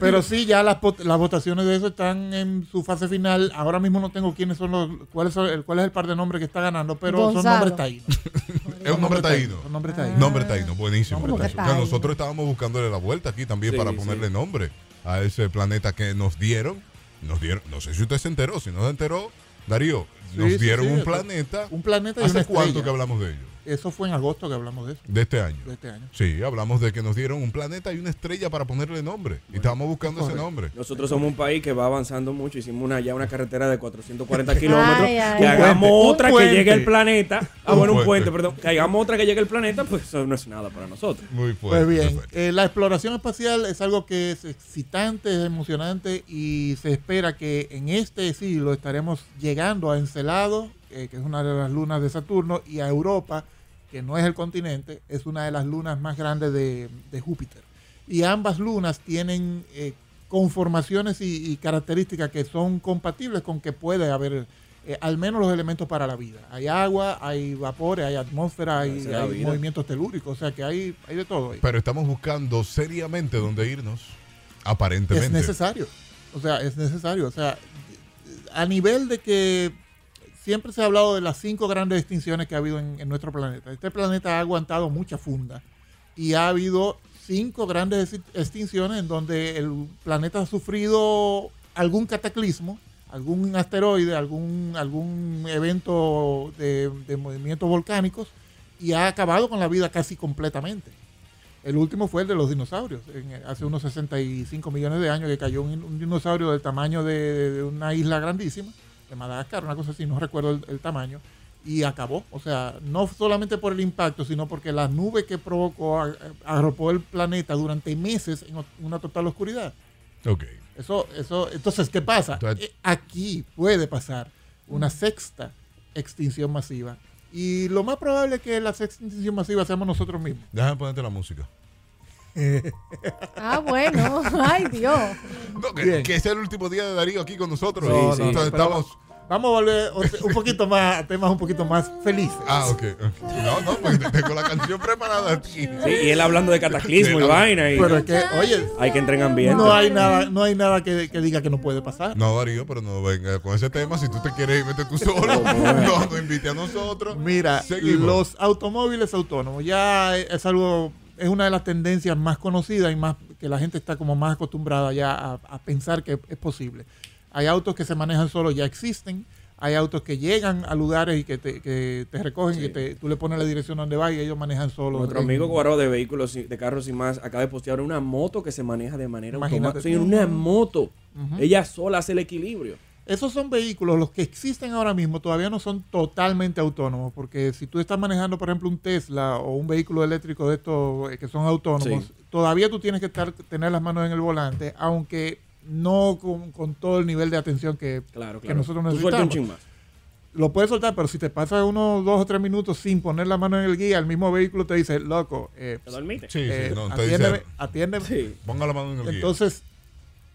Pero sí, ya las, pot- las votaciones de eso están en su fase final. Ahora mismo no tengo quiénes son los, cuáles son, el, cuál es el par de nombres que está ganando, pero son Gonzalo. nombres taínos. Es un nombre taíno. Son nombres taínos. Nombre taíno, buenísimo. Nombre Que taíno. Nosotros estábamos buscándole la vuelta aquí también Sí, para sí. ponerle nombre a ese planeta que nos dieron. Nos dieron, no sé si usted se enteró, si no se enteró, Darío, Sí, nos sí, dieron sí, un eso- planeta. Un planeta y ¿Hace una cuánto estrella. que hablamos de ello? Eso fue en agosto que hablamos de eso. De este año. De este año. Sí, hablamos de que nos dieron un planeta y una estrella para ponerle nombre. y estábamos buscando ese nombre. Nosotros somos un país que va avanzando mucho. Hicimos una, ya una carretera de 440 kilómetros. Ay, ay. Que Un hagamos puente, otra un que puente. llegue al planeta. Ah, Un bueno, un puente. puente, perdón. Que hagamos otra que llegue al planeta, pues eso no es nada para nosotros. Muy Pues bien, eh, la exploración espacial es algo que es excitante, es emocionante y se espera que en este siglo estaremos llegando a Encelado, eh, que es una de las lunas de Saturno, y a Europa, que no es el continente, es una de las lunas más grandes de, de Júpiter. Y ambas lunas tienen eh, conformaciones y, y características que son compatibles con que puede haber eh, al menos los elementos para la vida. Hay agua, hay vapores, hay atmósfera, hay, Esa es la hay vida. movimientos telúricos, o sea que hay, hay de todo ahí. Pero estamos buscando seriamente dónde irnos, aparentemente. Es necesario. O sea, es necesario. O sea, a nivel de que siempre se ha hablado de las cinco grandes extinciones que ha habido en, en nuestro planeta. Este planeta ha aguantado mucha funda y ha habido cinco grandes exi- extinciones en donde el planeta ha sufrido algún cataclismo, algún asteroide, algún, algún evento de, de movimientos volcánicos y ha acabado con la vida casi completamente. El último fue el de los dinosaurios, en- eh, hace unos 65 millones de años que cayó un, un dinosaurio del tamaño de, de una isla grandísima, de Madagascar, una cosa así, no recuerdo el, el tamaño, y acabó. O sea, no solamente por el impacto, sino porque la nube que provocó a- arropó el planeta durante meses en o- una total oscuridad. Ok. Eso, eso, entonces, ¿qué pasa? Entonces- Eh, Aquí puede pasar una sexta extinción masiva. Y lo más probable es que la sexta extinción masiva seamos nosotros mismos. Déjame ponerte la música. Ah, bueno. Ay, Dios. No, que, Bien. que sea el último día de Darío aquí con nosotros. No, no, Entonces no, pero estamos. Vamos a volver o sea, un poquito más a temas un poquito más felices. Ah, ok. ok. No, no, porque tengo la canción preparada aquí. Sí, y él hablando de cataclismo y vaina. Y Pero es que, oye, hay que entrar en ambiente. No hay nada, no hay nada que, que diga que no puede pasar. No, Darío, pero no venga con ese tema. Si tú te quieres ir, vete tú solo. No, no invite a nosotros. Mira, Seguimos. los automóviles autónomos ya es algo, es una de las tendencias más conocidas y más que la gente está como más acostumbrada ya a, a pensar que es posible. Hay autos que se manejan solo, ya existen. Hay autos que llegan a lugares y que te, que te recogen, que te- tú le pones la dirección donde va y ellos manejan solo. Nuestro en- amigo Guaro de vehículos, y- de carros y más, acaba de postear una moto que se maneja de manera Imagínate tú. automática. Señor, una moto. Ujú. Ella sola hace el equilibrio. Esos son vehículos, los que existen ahora mismo todavía no son totalmente autónomos, porque si tú estás manejando, por ejemplo, un Tesla o un vehículo eléctrico de estos eh, que son autónomos, Sí. todavía tú tienes que estar, tener las manos en el volante, aunque no con, con todo el nivel de atención que, Claro, que claro. nosotros Tú suelta un necesitamos. chin más. Lo puedes soltar, pero si te pasas unos dos o tres minutos sin poner la mano en el guía, el mismo vehículo te dice, loco, eh, ¿Te dormiste? Sí, sí, eh, no, te dice- atiéndeme, atiéndeme. Ponga la mano en el guía. Entonces,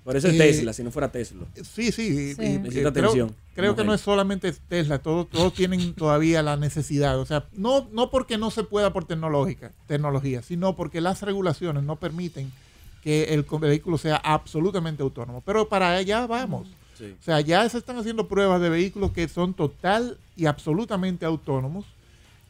Por eso es eh, Tesla, si no fuera Tesla. Sí, sí. y- y- Necesita eh, creo, atención. creo que Mujer. no es solamente Tesla, todos, todos tienen todavía la necesidad. O sea, no, no porque no se pueda por tecnológica, tecnología, sino porque las regulaciones no permiten que el co- vehículo sea absolutamente autónomo. Pero para allá vamos. Sí. O sea, ya se están haciendo pruebas de vehículos que son total y absolutamente autónomos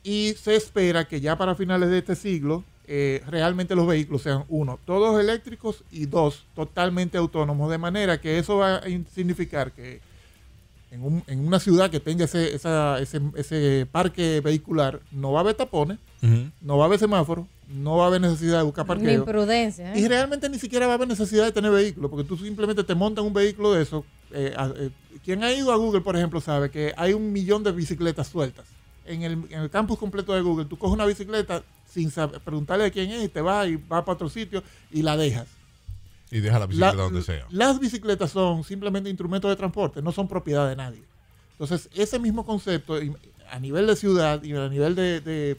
y se espera que ya para finales de este siglo eh, realmente los vehículos sean uno, todos eléctricos y dos, totalmente autónomos, de manera que eso va a in- significar que en, un- en una ciudad que tenga ese, esa- ese, ese parque vehicular no va a haber tapones, Ujú. no va a haber semáforos, no va a haber necesidad de buscar Ni parqueo. imprudencia. ¿eh? Y realmente ni siquiera va a haber necesidad de tener vehículo, porque tú simplemente te montas un vehículo de eso. eh, a- eh, quien ha ido a Google, por ejemplo, sabe que hay un millón de bicicletas sueltas. En el, en el campus completo de Google, tú coges una bicicleta sin sab- preguntarle de quién es y te vas y vas para otro sitio y la dejas. Y deja la bicicleta La- donde sea. Las bicicletas son simplemente instrumentos de transporte, no son propiedad de nadie. Entonces, ese mismo concepto y- a nivel de ciudad y a nivel de, de-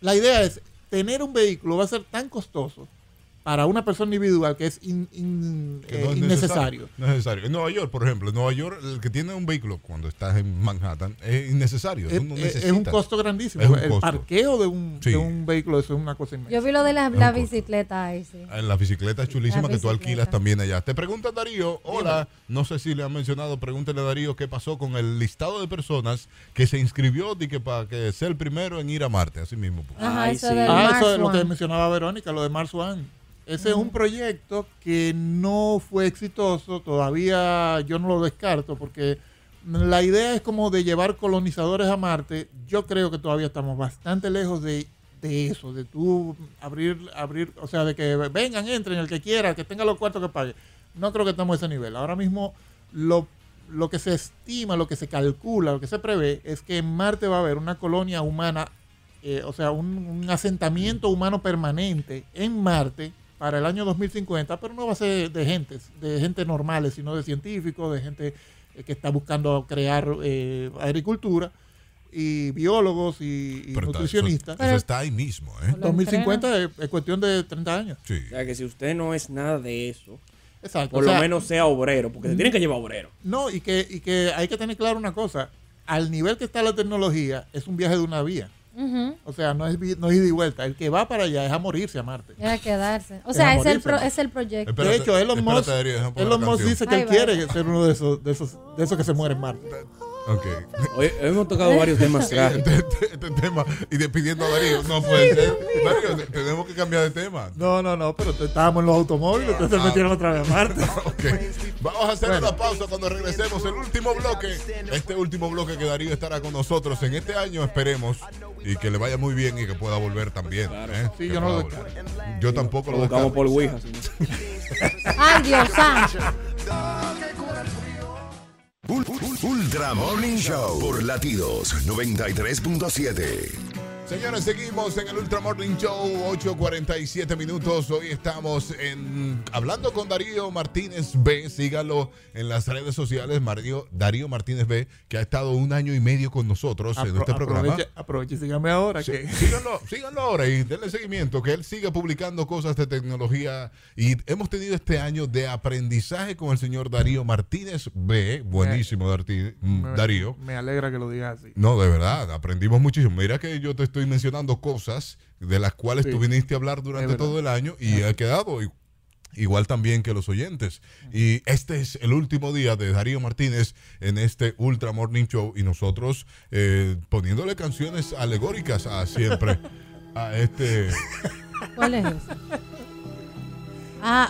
La idea es, tener un vehículo va a ser tan costoso para una persona individual que es in- in- que eh, no es innecesario. No es necesario. En Nueva York, por ejemplo, en Nueva York, el que tiene un vehículo cuando estás en Manhattan es innecesario. Es, tú no Eh, es- es un necesitas. costo grandísimo. Es un el costo. parqueo de un, de un vehículo eso es una cosa inmensa. Yo vi lo de la, Es un la costo. bicicleta ahí, sí. En las bicicletas chulísimas Las que tú alquilas bicicletas. también allá. Te pregunta Darío, hola, no sé si le han mencionado, pregúntele a Darío qué pasó con el listado de personas que se inscribió di que para que sea el primero en ir a Marte, así mismo. pues. Ajá, Ay, eso sí. del Ah, Mars eso es lo One. que mencionaba Verónica, lo de Mars One. Ese es un proyecto que no fue exitoso, todavía yo no lo descarto, porque la idea es como de llevar colonizadores a Marte. Yo creo que todavía estamos bastante lejos de, de eso, de tú abrir, abrir, o sea, de que vengan, entren, el que quiera, el que tenga los cuartos que pague. No creo que estamos a ese nivel. Ahora mismo lo, lo que se estima, lo que se calcula, lo que se prevé es que en Marte va a haber una colonia humana eh, o sea, un, un asentamiento humano permanente en Marte para el año 2050, pero no va a ser de gentes, de gente normales, sino de científicos, de gente eh, que está buscando crear eh, agricultura y biólogos y, y Pero está- eso- nutricionistas. eso está ahí mismo, ¿eh? 2050 es, es cuestión de 30 años. O sea, que si usted no es nada de eso, Exacto, por o sea- lo menos sea obrero, porque se tiene que llevar obrero. No, y que, y que hay que tener claro una cosa, al nivel que está la tecnología, es un viaje de una vía. Ujú. O sea, no es, vi- no es ida y vuelta. El que va para allá es a morirse a Marte. Era quedarse. O Es sea, es el, amorísimo. pro- es el proyecto. de hecho, Elon espérate, Musk, Darío, déjame poner Elon la Musk canción. dice que él Ahí va. quiere ser uno de esos, de esos, de esos que se mueren en Marte. Ok. Hoy, hoy hemos tocado varios temas este, trágicos. este- este tema, y despidiendo a Darío, no puede ser. Darío, te- tenemos que cambiar de tema. No, no, no, pero te- estábamos en los automóviles, entonces se metieron otra vez a Marte. Ok. Vamos a hacer una pausa cuando regresemos. El último bloque. Este último bloque que Darío estará con nosotros en este año, esperemos. Y que le vaya muy bien y que pueda volver también. ¿eh? Sí, Que yo no pueda lo volver. Yo tampoco lo descarto. Buscamos por Ouija. si no. Ay, Dios santo. Ul- ul- Ultra Morning Show por Latidos 93.7. Señores, seguimos en el Ultra Morning Show, 8.47 minutos. Hoy estamos en hablando con Darío Martínez B. Sígalo en las redes sociales, Mario- Darío Martínez B, que ha estado un año y medio con nosotros en Apro- este programa. aproveche- aproveche, síganme ahora que... Síganlo, síganlo ahora y denle seguimiento, que él siga publicando cosas de tecnología. Y hemos tenido este año de aprendizaje con el señor Darío Martínez B. Buenísimo, Darti- mm, me- Darío. Me alegra que lo digas así. No, de verdad, aprendimos muchísimo. Mira que yo te estoy mencionando cosas de las cuales Sí. tú viniste a hablar durante Es verdad. todo el año y ha quedado i- igual también que los oyentes. Y este es el último día de Darío Martínez en este Ultra Morning Show y nosotros eh, poniéndole canciones alegóricas a siempre a este... ¿Cuál es ese?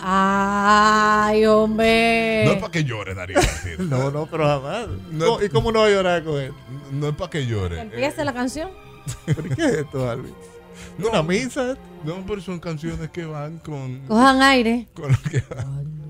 Ah, ay, hombre. No es para que llore Darío Martínez. Eh. No, no, pero jamás. No- No, ¿Y cómo no va a llorar con él? No es para que llore. Empieza la canción. ¿Por qué es esto, Alvin? No, ¿Una misa? No, pero son canciones que van con... Oh. Cojan aire. Con lo que van.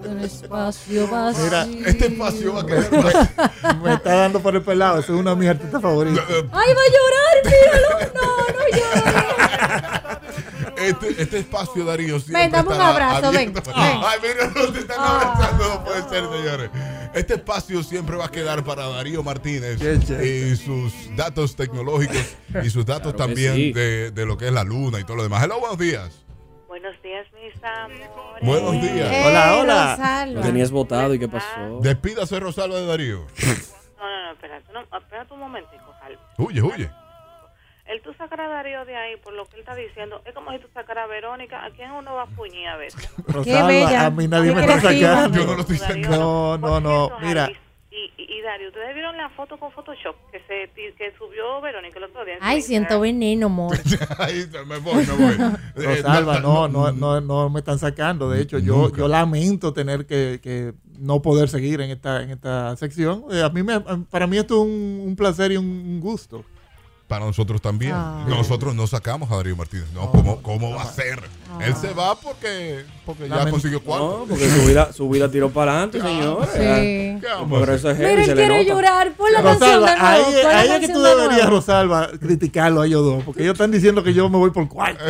Un espacio vacío. Mira, este espacio va a quedar me, me está dando por el pelado. Esa es una de mis artistas favoritas. ¡Ay, va a llorar! ¡Míralo! ¡No, no llores! Este, este espacio, Darío, siempre Ven, dame un estará abrazo, ven, abierto. ven. Ah. Ay, mira, no te están abrazando, no puede ser, señores. Este espacio siempre va a quedar para Darío Martínez y sus datos tecnológicos y sus datos Claro que también sí. de, de lo que es la luna y todo lo demás. Hello, buenos días. Buenos días, mis amores. Buenos Eh, días. Lo tenías votado y qué pasó. Despídase, Rosalba de Darío. No, no, no, espérate, no, espérate un momentico, Jal. huye, huye. El tú sacar a Darío de ahí, por lo que él está diciendo, es como si tú sacaras a Verónica. ¿A quién uno va a puñar a veces? Rosalba, bella. a mí nadie Qué me está creativa. sacando. Yo no lo estoy No, sacando. no, no. Eso, Mira, Jal, Y, y, y Darío, ¿ustedes vieron la foto con Photoshop que se que subió Verónica el otro día? en su Ay, Instagram? siento veneno, amor. Ahí me voy, me voy. Eh, Rosalba, no, no, no, no me están sacando. De hecho, yo, yo lamento tener que, que no poder seguir en esta, en esta sección. Eh, a mí me, para mí esto es un, un placer y un- un gusto. Para nosotros también. Ah. Nosotros no sacamos a Darío Martínez. No, ¿cómo, cómo Ah. va a ser? Él se va porque, porque ya Lament- consiguió cuarto. No, porque su vida, su vida tiró para adelante, señores. sí. El ¿Qué vamos a progreso es hacer? heavy, Mira, se él le quiere nota. llorar. Pon la canción Rosalba, de ahí, nuevo. pon la ahí es que canción tú de deberías, nuevo. Rosalba, criticarlo a ellos dos, porque ellos están diciendo que yo me voy por cuarto.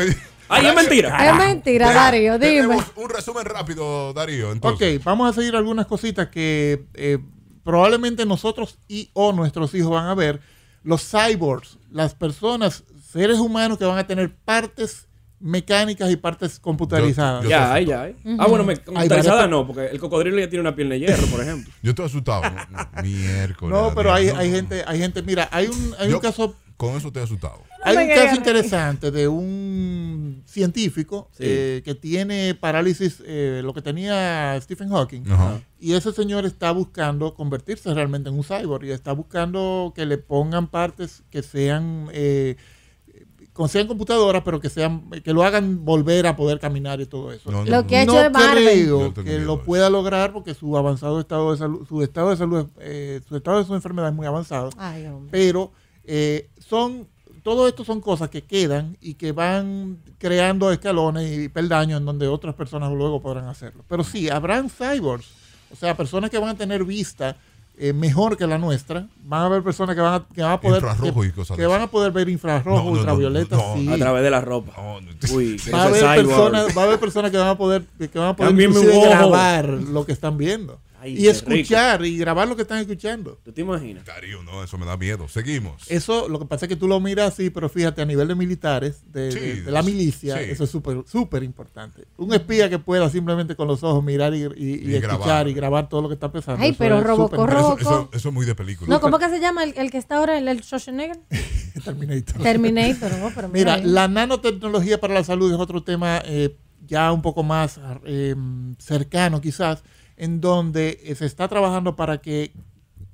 Ay, es mentira. Es mentira, Darío, dime. Tenemos un resumen rápido, Darío. Ok, Entonces, vamos a seguir algunas cositas que eh, probablemente nosotros y o nuestros hijos van a ver. Los cyborgs, las personas, seres humanos que van a tener partes mecánicas y partes computarizadas. Yo- yo- Ya, ay, ya. ay. Ah, Ujú. bueno, me, Hay computarizada varias- no, porque el cocodrilo ya tiene una piel de hierro, por ejemplo. yo estoy asustado. ¿no? Miércoles. No, pero hay, Darío, hay gente, hay gente, mira, hay un, hay Yo- un caso Con eso estoy asustado. Hay me un quería caso reír. interesante de un científico Sí. eh, que tiene parálisis, eh, lo que tenía Stephen Hawking. Ajá. Y ese señor está buscando convertirse realmente en un cyborg y está buscando que le pongan partes que sean, eh, con- sean computadoras, pero que sean que lo hagan volver a poder caminar y todo eso. No, no, Lo no. que ha hecho es Marvel. creo Yo tengo que miedo de lo eso. pueda lograr porque su avanzado estado de salud, su estado de salud, es, eh, su estado de su enfermedad es muy avanzado Ay, hombre. pero eh, son todo esto son cosas que quedan y que van creando escalones y peldaños en donde otras personas luego podrán hacerlo. Pero sí, habrán cyborgs, o sea, personas que van a tener vista eh, mejor que la nuestra, van a haber personas que van a, que van a poder Infrarrojo que, y cosas que de van esas. a poder ver infrarrojo, No, no, no, ultravioleta, no, no. sí. A través de la ropa. No, no. Uy, Va a, ese haber cyborg. personas, va a haber personas que van a poder, que van a poder Cámbiame un inclusive ojo. grabar lo que están viendo. Ay, y qué escuchar y grabar lo que están escuchando. ¿Tú te imaginas? Darío, no, eso me da miedo. Seguimos. Eso, lo que pasa es que tú lo miras así, pero fíjate, a nivel de militares, de, Sí, de- de la milicia, sí. eso es súper, súper importante. Un espía que pueda simplemente con los ojos mirar y, y- y Y escuchar grabar. y grabar todo lo que está pensando. Ay, eso pero es Robocop, súper Pero eso, Robocop. eso- eso es muy de película. No, ¿cómo que se llama el, el que está ahora? ¿El, el Schwarzenegger? interesante. Terminator. Terminator. ¿no? Pero mira, Mira, ahí. la nanotecnología para la salud es otro tema eh, ya un poco más eh, cercano quizás, en donde eh, se está trabajando para que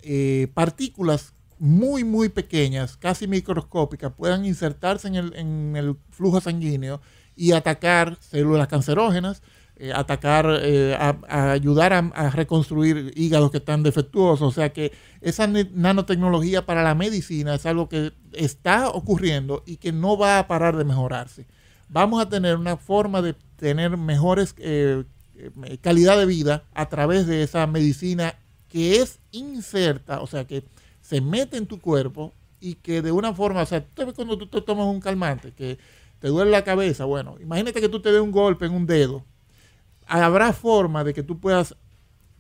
eh, partículas muy, muy pequeñas, casi microscópicas, puedan insertarse en el, en el flujo sanguíneo y atacar células cancerógenas, eh, atacar, eh, a, a ayudar a, a reconstruir hígados que están defectuosos. O sea que esa ne- nanotecnología para la medicina es algo que está ocurriendo y que no va a parar de mejorarse. Vamos a tener una forma de tener mejores eh, eh, calidad de vida a través de esa medicina que es inserta, o sea que se mete en tu cuerpo y que de una forma, o sea, tú sabes cuando tú te tomas un calmante, que te duele la cabeza, bueno, imagínate que tú te dé un golpe en un dedo, habrá forma de que tú puedas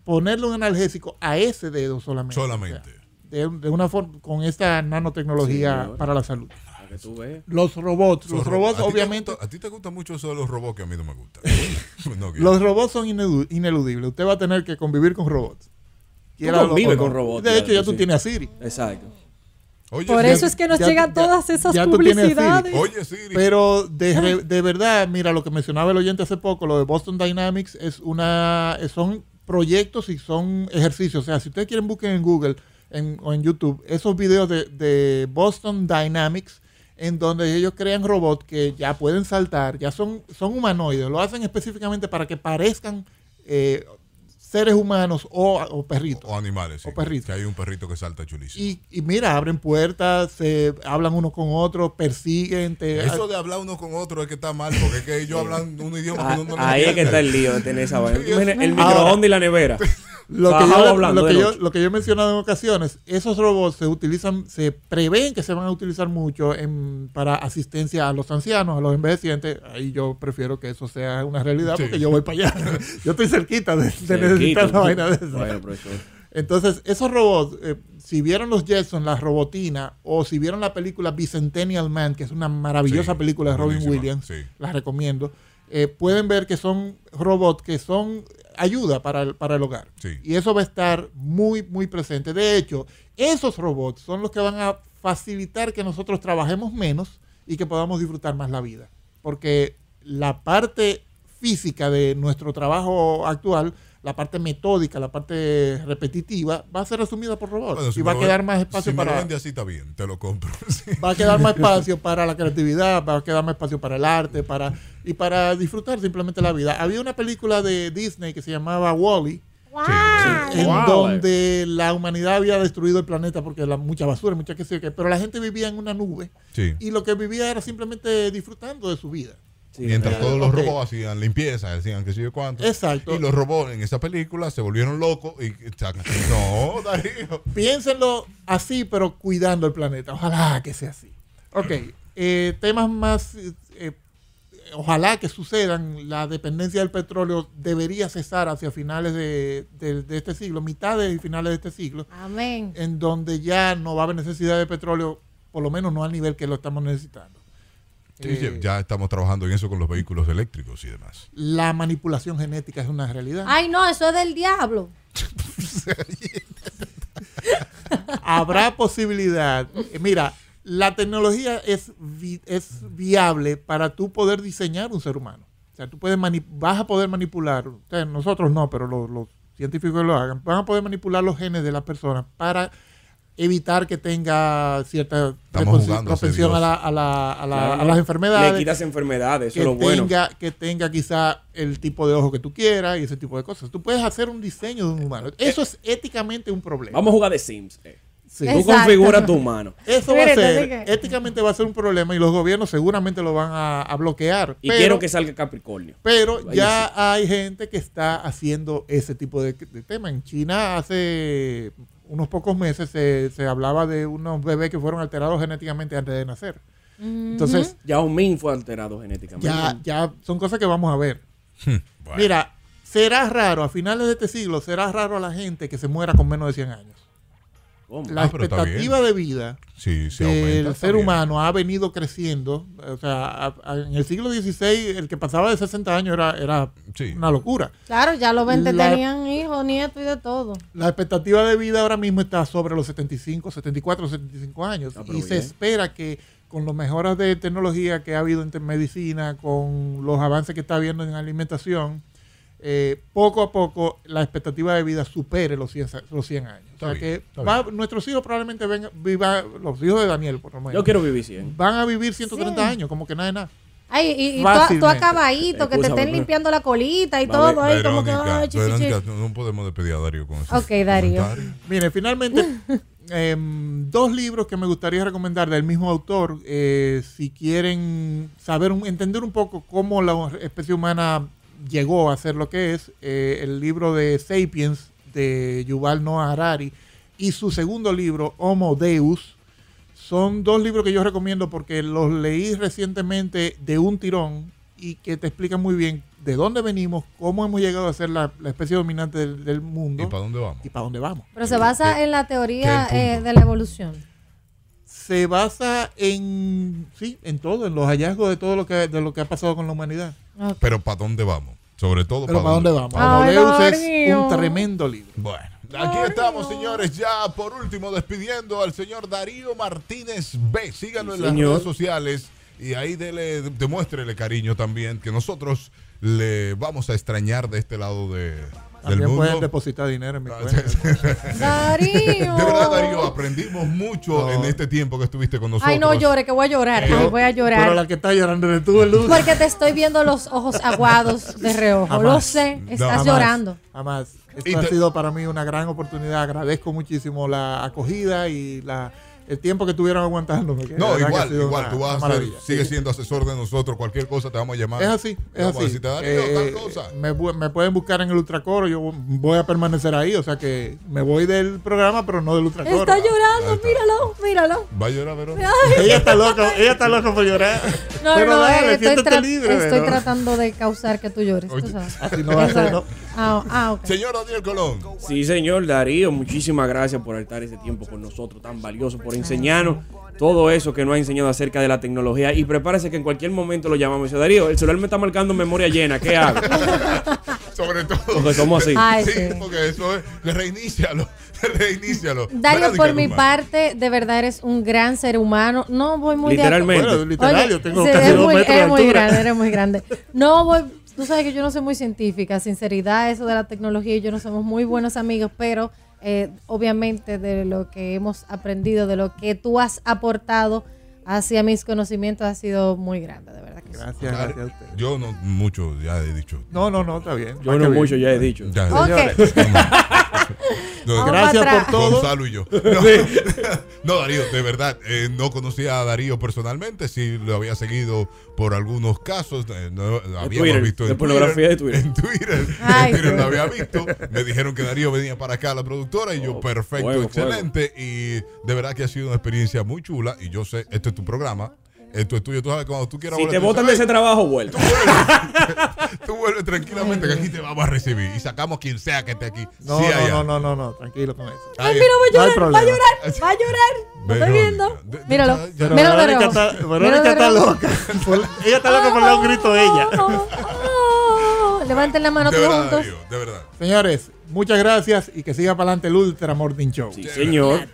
ponerle un analgésico a ese dedo solamente. Solamente. O sea, de, de una forma, con esta nanotecnología Señor. para la salud. Para que tú veas. Los robots, Son los robots ¿A ti te obviamente gusta- a ti te gusta mucho eso de los robots que a mí no me gusta. No, que- Los robots son inedu- ineludibles. Usted va a tener que convivir con robots. Quiera lo- convives o no. con robots, De ya, hecho, ya sí. tú tienes a Siri. Exacto. Oye, Por sí. eso es que nos ya- llegan ya- todas esas ya tú tienes Siri. publicidades. Oye, Siri. Pero de, re- de verdad, mira, lo que mencionaba el oyente hace poco, lo de Boston Dynamics, es una, son proyectos y son ejercicios. O sea, si ustedes quieren busquen en Google en- o en YouTube esos videos de, de Boston Dynamics, en donde ellos crean robots que ya pueden saltar, ya son, son humanoides, lo hacen específicamente para que parezcan eh, seres humanos o, o perritos. O animales. sí, O perritos. Que hay un perrito que salta chulísimo. Y, y mira, abren puertas, se hablan unos con otros, persiguen. Te, Eso de hablar uno con otro es que está mal, porque es que ellos hablan un idioma que uno no Ah, Ahí es que entiende. está el lío de tener esa vaina. Sí, Tú imaginas El Ahora, microondas y la nevera. lo que, Bajado yo, hablando lo, que del yo, otro. lo que yo he mencionado en ocasiones, esos robots se utilizan, se prevén que se van a utilizar mucho en, para asistencia a los ancianos, a los envejecientes. Ahí yo prefiero que eso sea una realidad Sí. porque yo voy para allá. yo estoy cerquita de, de necesitar una vaina de esa. Bueno, profesor. Entonces, esos robots, eh, si vieron los Jetson, la robotina, o si vieron la película Bicentennial Man, que es una maravillosa Sí, película de Robin buenísima, Williams, sí. las recomiendo, eh, pueden ver que son robots que son ayuda para el, para el hogar. Sí. Y eso va a estar muy, muy presente. De hecho, esos robots son los que van a facilitar que nosotros trabajemos menos y que podamos disfrutar más la vida. Porque la parte física de nuestro trabajo actual, la parte metódica, la parte repetitiva, va a ser resumida por robots. Bueno, si y me va a lo quedar ven- más espacio si me lo para vende así está bien, te lo compro. Sí. va a quedar más espacio para la creatividad, va a quedar más espacio para el arte, para y para disfrutar simplemente la vida. Había una película de Disney que se llamaba Wally. En Wow. donde la humanidad había destruido el planeta porque la, mucha basura, mucha que sé yo qué, pero la gente vivía en una nube Sí. y lo que vivía era simplemente disfrutando de su vida. Mientras eh, todos los ok. robots hacían limpieza, decían que sé yo cuánto. Exacto. Y los robots en esa película se volvieron locos y no, Darío. Piénsenlo así, pero cuidando el planeta. Ojalá que sea así. Ok, eh, temas más, eh, eh, ojalá que sucedan. La dependencia del petróleo debería cesar hacia finales de, de- de este siglo, mitades y finales de este siglo, Amén. en donde ya no va a haber necesidad de petróleo, por lo menos no al nivel que lo estamos necesitando. Sí, Eh, ya- ya estamos trabajando en eso con los vehículos eléctricos y demás. La manipulación genética es una realidad. Ay, no, eso es del diablo. habrá posibilidad. Eh, Mira, la tecnología es, vi- es viable para tú poder diseñar un ser humano. O sea, tú puedes mani- vas a poder manipular, ustedes- nosotros no, pero los, los científicos lo hagan, van a poder manipular los genes de las personas para evitar que tenga cierta Estamos propensi- jugando a ser propensión Dios. a, la- a la- a la- Claro. a las enfermedades. Le quitas enfermedades, eso que es lo bueno. tenga- Que tenga quizá el tipo de ojo que tú quieras y ese tipo de cosas. Tú puedes hacer un diseño de un humano. Eso es éticamente un problema. Eh, Vamos a jugar de Sims. eh. Sí. Tú Exacto. configuras tu mano. Eso va a Mire, ser, entonces que- éticamente va a ser un problema y los gobiernos seguramente lo van a, a bloquear. Y pero, quiero que salga Capricornio. pero Ahí ya hay gente que está haciendo ese tipo de, de tema. En China hace unos pocos meses se, se hablaba de unos bebés que fueron alterados genéticamente antes de nacer. Entonces, Ya Omin fue alterado genéticamente. ya, ya son cosas que vamos a ver. Hmm. Bueno, Mira, será raro, a finales de este siglo, será raro a la gente que se muera con menos de 100 años. ¿Cómo? La Ah, pero está expectativa bien. de vida Sí, se aumenta, el está ser bien. humano ha venido creciendo. O sea, a- a- en el siglo XVI, el que pasaba de 60 años era, era Sí. una locura. Claro, ya los 20 La- tenían hijos, nietos y de todo. La expectativa de vida ahora mismo está sobre los 75, 74, 75 años. Ah, y pero se bien. espera que con las mejoras de tecnología que ha habido en te- medicina, con los avances que está habiendo en alimentación, eh, poco a poco la expectativa de vida supere los 100, sa- los 100 años. Está o sea bien, que está va- nuestros hijos probablemente vengan, vivan, los hijos de Daniel por lo menos. Yo quiero vivir ¿eh? 100. Van a vivir 130 Sí. años, como que nada de nada. Ay, y, y tú, tú Fácilmente. acabadito, que te Excúsame, estén pero- limpiando la colita y Va, todo. ahí como que, Verónica, ay, chi, chi, chi. Verónica, no no podemos despedir a Darío con eso. Ok, Darío. Mire, finalmente, em, dos libros que me gustaría recomendar del mismo autor, eh, si quieren saber, un- entender un poco cómo la especie humana llegó a ser lo que es, eh, el libro de Sapiens de Yuval Noah Harari y su segundo libro, Homo Deus, son dos libros que yo recomiendo porque los leí recientemente de un tirón y que te explican muy bien de dónde venimos, cómo hemos llegado a ser la, la especie dominante del, del mundo ¿Y para dónde vamos? y para dónde vamos. Pero se basa ¿Qué- en la teoría qué es el eh, punto? de la evolución. Se basa en sí, en todo, en los hallazgos de todo lo que de lo que ha pasado con la humanidad. Ok. Ah, Pero ¿para dónde vamos? Sobre todo, Pero para dónde vamos? Ay, Homo Deus es Darío. un tremendo libro. Bueno, aquí estamos, señores. Ya por último, despidiendo al señor Darío Martínez B. Síganlo Sí, en las señor. redes sociales y ahí dele, demuéstrele cariño también, que nosotros le vamos a extrañar de este lado de, También mundo. Ah, pueden depositar dinero en mi cuenta. Darío. De verdad, Darío, aprendimos mucho en este tiempo que estuviste con nosotros. Ay, no llore, que voy a llorar. Ay, voy a Pero llorar. la que está llorando eres tú, Luz. Porque te estoy viendo los ojos aguados de reojo. Lo Jamás. sé, No, ah, estás jamás, llorando. Jamás. Esto Y ha te- sido para mí una gran oportunidad. Agradezco muchísimo la acogida y la, el tiempo que tuvieron aguantándome. que de No, verdad que ha igual, sido igual, una- tú vas una a ser, maravilla. sigues siendo asesor de nosotros, cualquier cosa te vamos a llamar. Es así, es Te vamos a así. decir, Darío, tal Eh, cosa. me, pu- me pueden buscar en el Ultracoro, yo voy a permanecer ahí, o sea que me voy del programa, pero no del Ultracoro. Está llorando, míralo, míralo. Va a llorar, Verón. Ay. Ella está loca, ella está loca por llorar. No, pero no, dale, eh, estoy, siéntate tra- libre. estoy pero- tratando de causar que tú llores. tú sabes. así no va a ser, ¿no? Ah, ah, ok. Señor Daniel Colón. Sí, señor Darío, muchísimas gracias por estar ese tiempo con nosotros, tan valioso, por enseñarnos todo eso que nos ha enseñado acerca de la tecnología. Y prepárese que en cualquier momento lo llamamos. Dice, Darío, el celular me está marcando memoria llena, ¿qué hago? Sobre todo. Porque somos así. Ay, sí, sí. porque eso es. Reinícialo. Reinícialo. Dario, Verónica por mi Guzmán. parte, de verdad eres un gran ser humano. No voy muy de acu- Literalmente. Bueno, literal, yo tengo se- casi eres dos muy, metros de eres muy altura. grande, eres muy grande. No voy, tú sabes que yo no soy muy científica, sinceridad, eso de la tecnología y yo no somos muy buenos amigos, pero eh, obviamente de lo que hemos aprendido, de lo que tú has aportado hacia mis conocimientos ha sido muy grande, de verdad que sí. Gracias, gracias a usted. Yo no mucho ya he dicho. No, no, no, está bien. Más Yo no que bien. mucho, ya he dicho. Ya. Señores, No, Gracias por todo. Gonzalo y yo. No, No, Darío, de verdad, eh, no conocía a Darío personalmente, sí lo había seguido por algunos casos, eh, no, lo habíamos Twitter, visto en de pornografía de Twitter. En Twitter, en Ay, Twitter sí. lo había visto. Me dijeron que Darío venía para acá a la productora y yo, perfecto, Oh, fuego, excelente. Y de verdad que ha sido una experiencia muy chula y yo sé, este es tu programa. Esto es tuyo, tú sabes, cuando tú quieras Si te volver, tú botan de sabes, ese trabajo, vuelve. Tú vuelves tranquilamente que aquí te vamos a recibir y sacamos quien sea que esté aquí. No, no, Sí, allá. Ah, no, no, no, no, tranquilo con eso. Ay, mira, No va hay a llorar, va a problema. llorar, va a llorar. Lo estoy viendo. Verónica, de- Míralo, ya- Pero míralo de Verónica reojo. está, Míralo Verónica de está reojo. loca. Por- ella está loca por dar un grito de ella. Oh, oh. Levanten la mano de todos verdad, juntos. Darío, de verdad. Señores, muchas gracias y que siga para adelante el Ultra Morning Show. Sí, señor.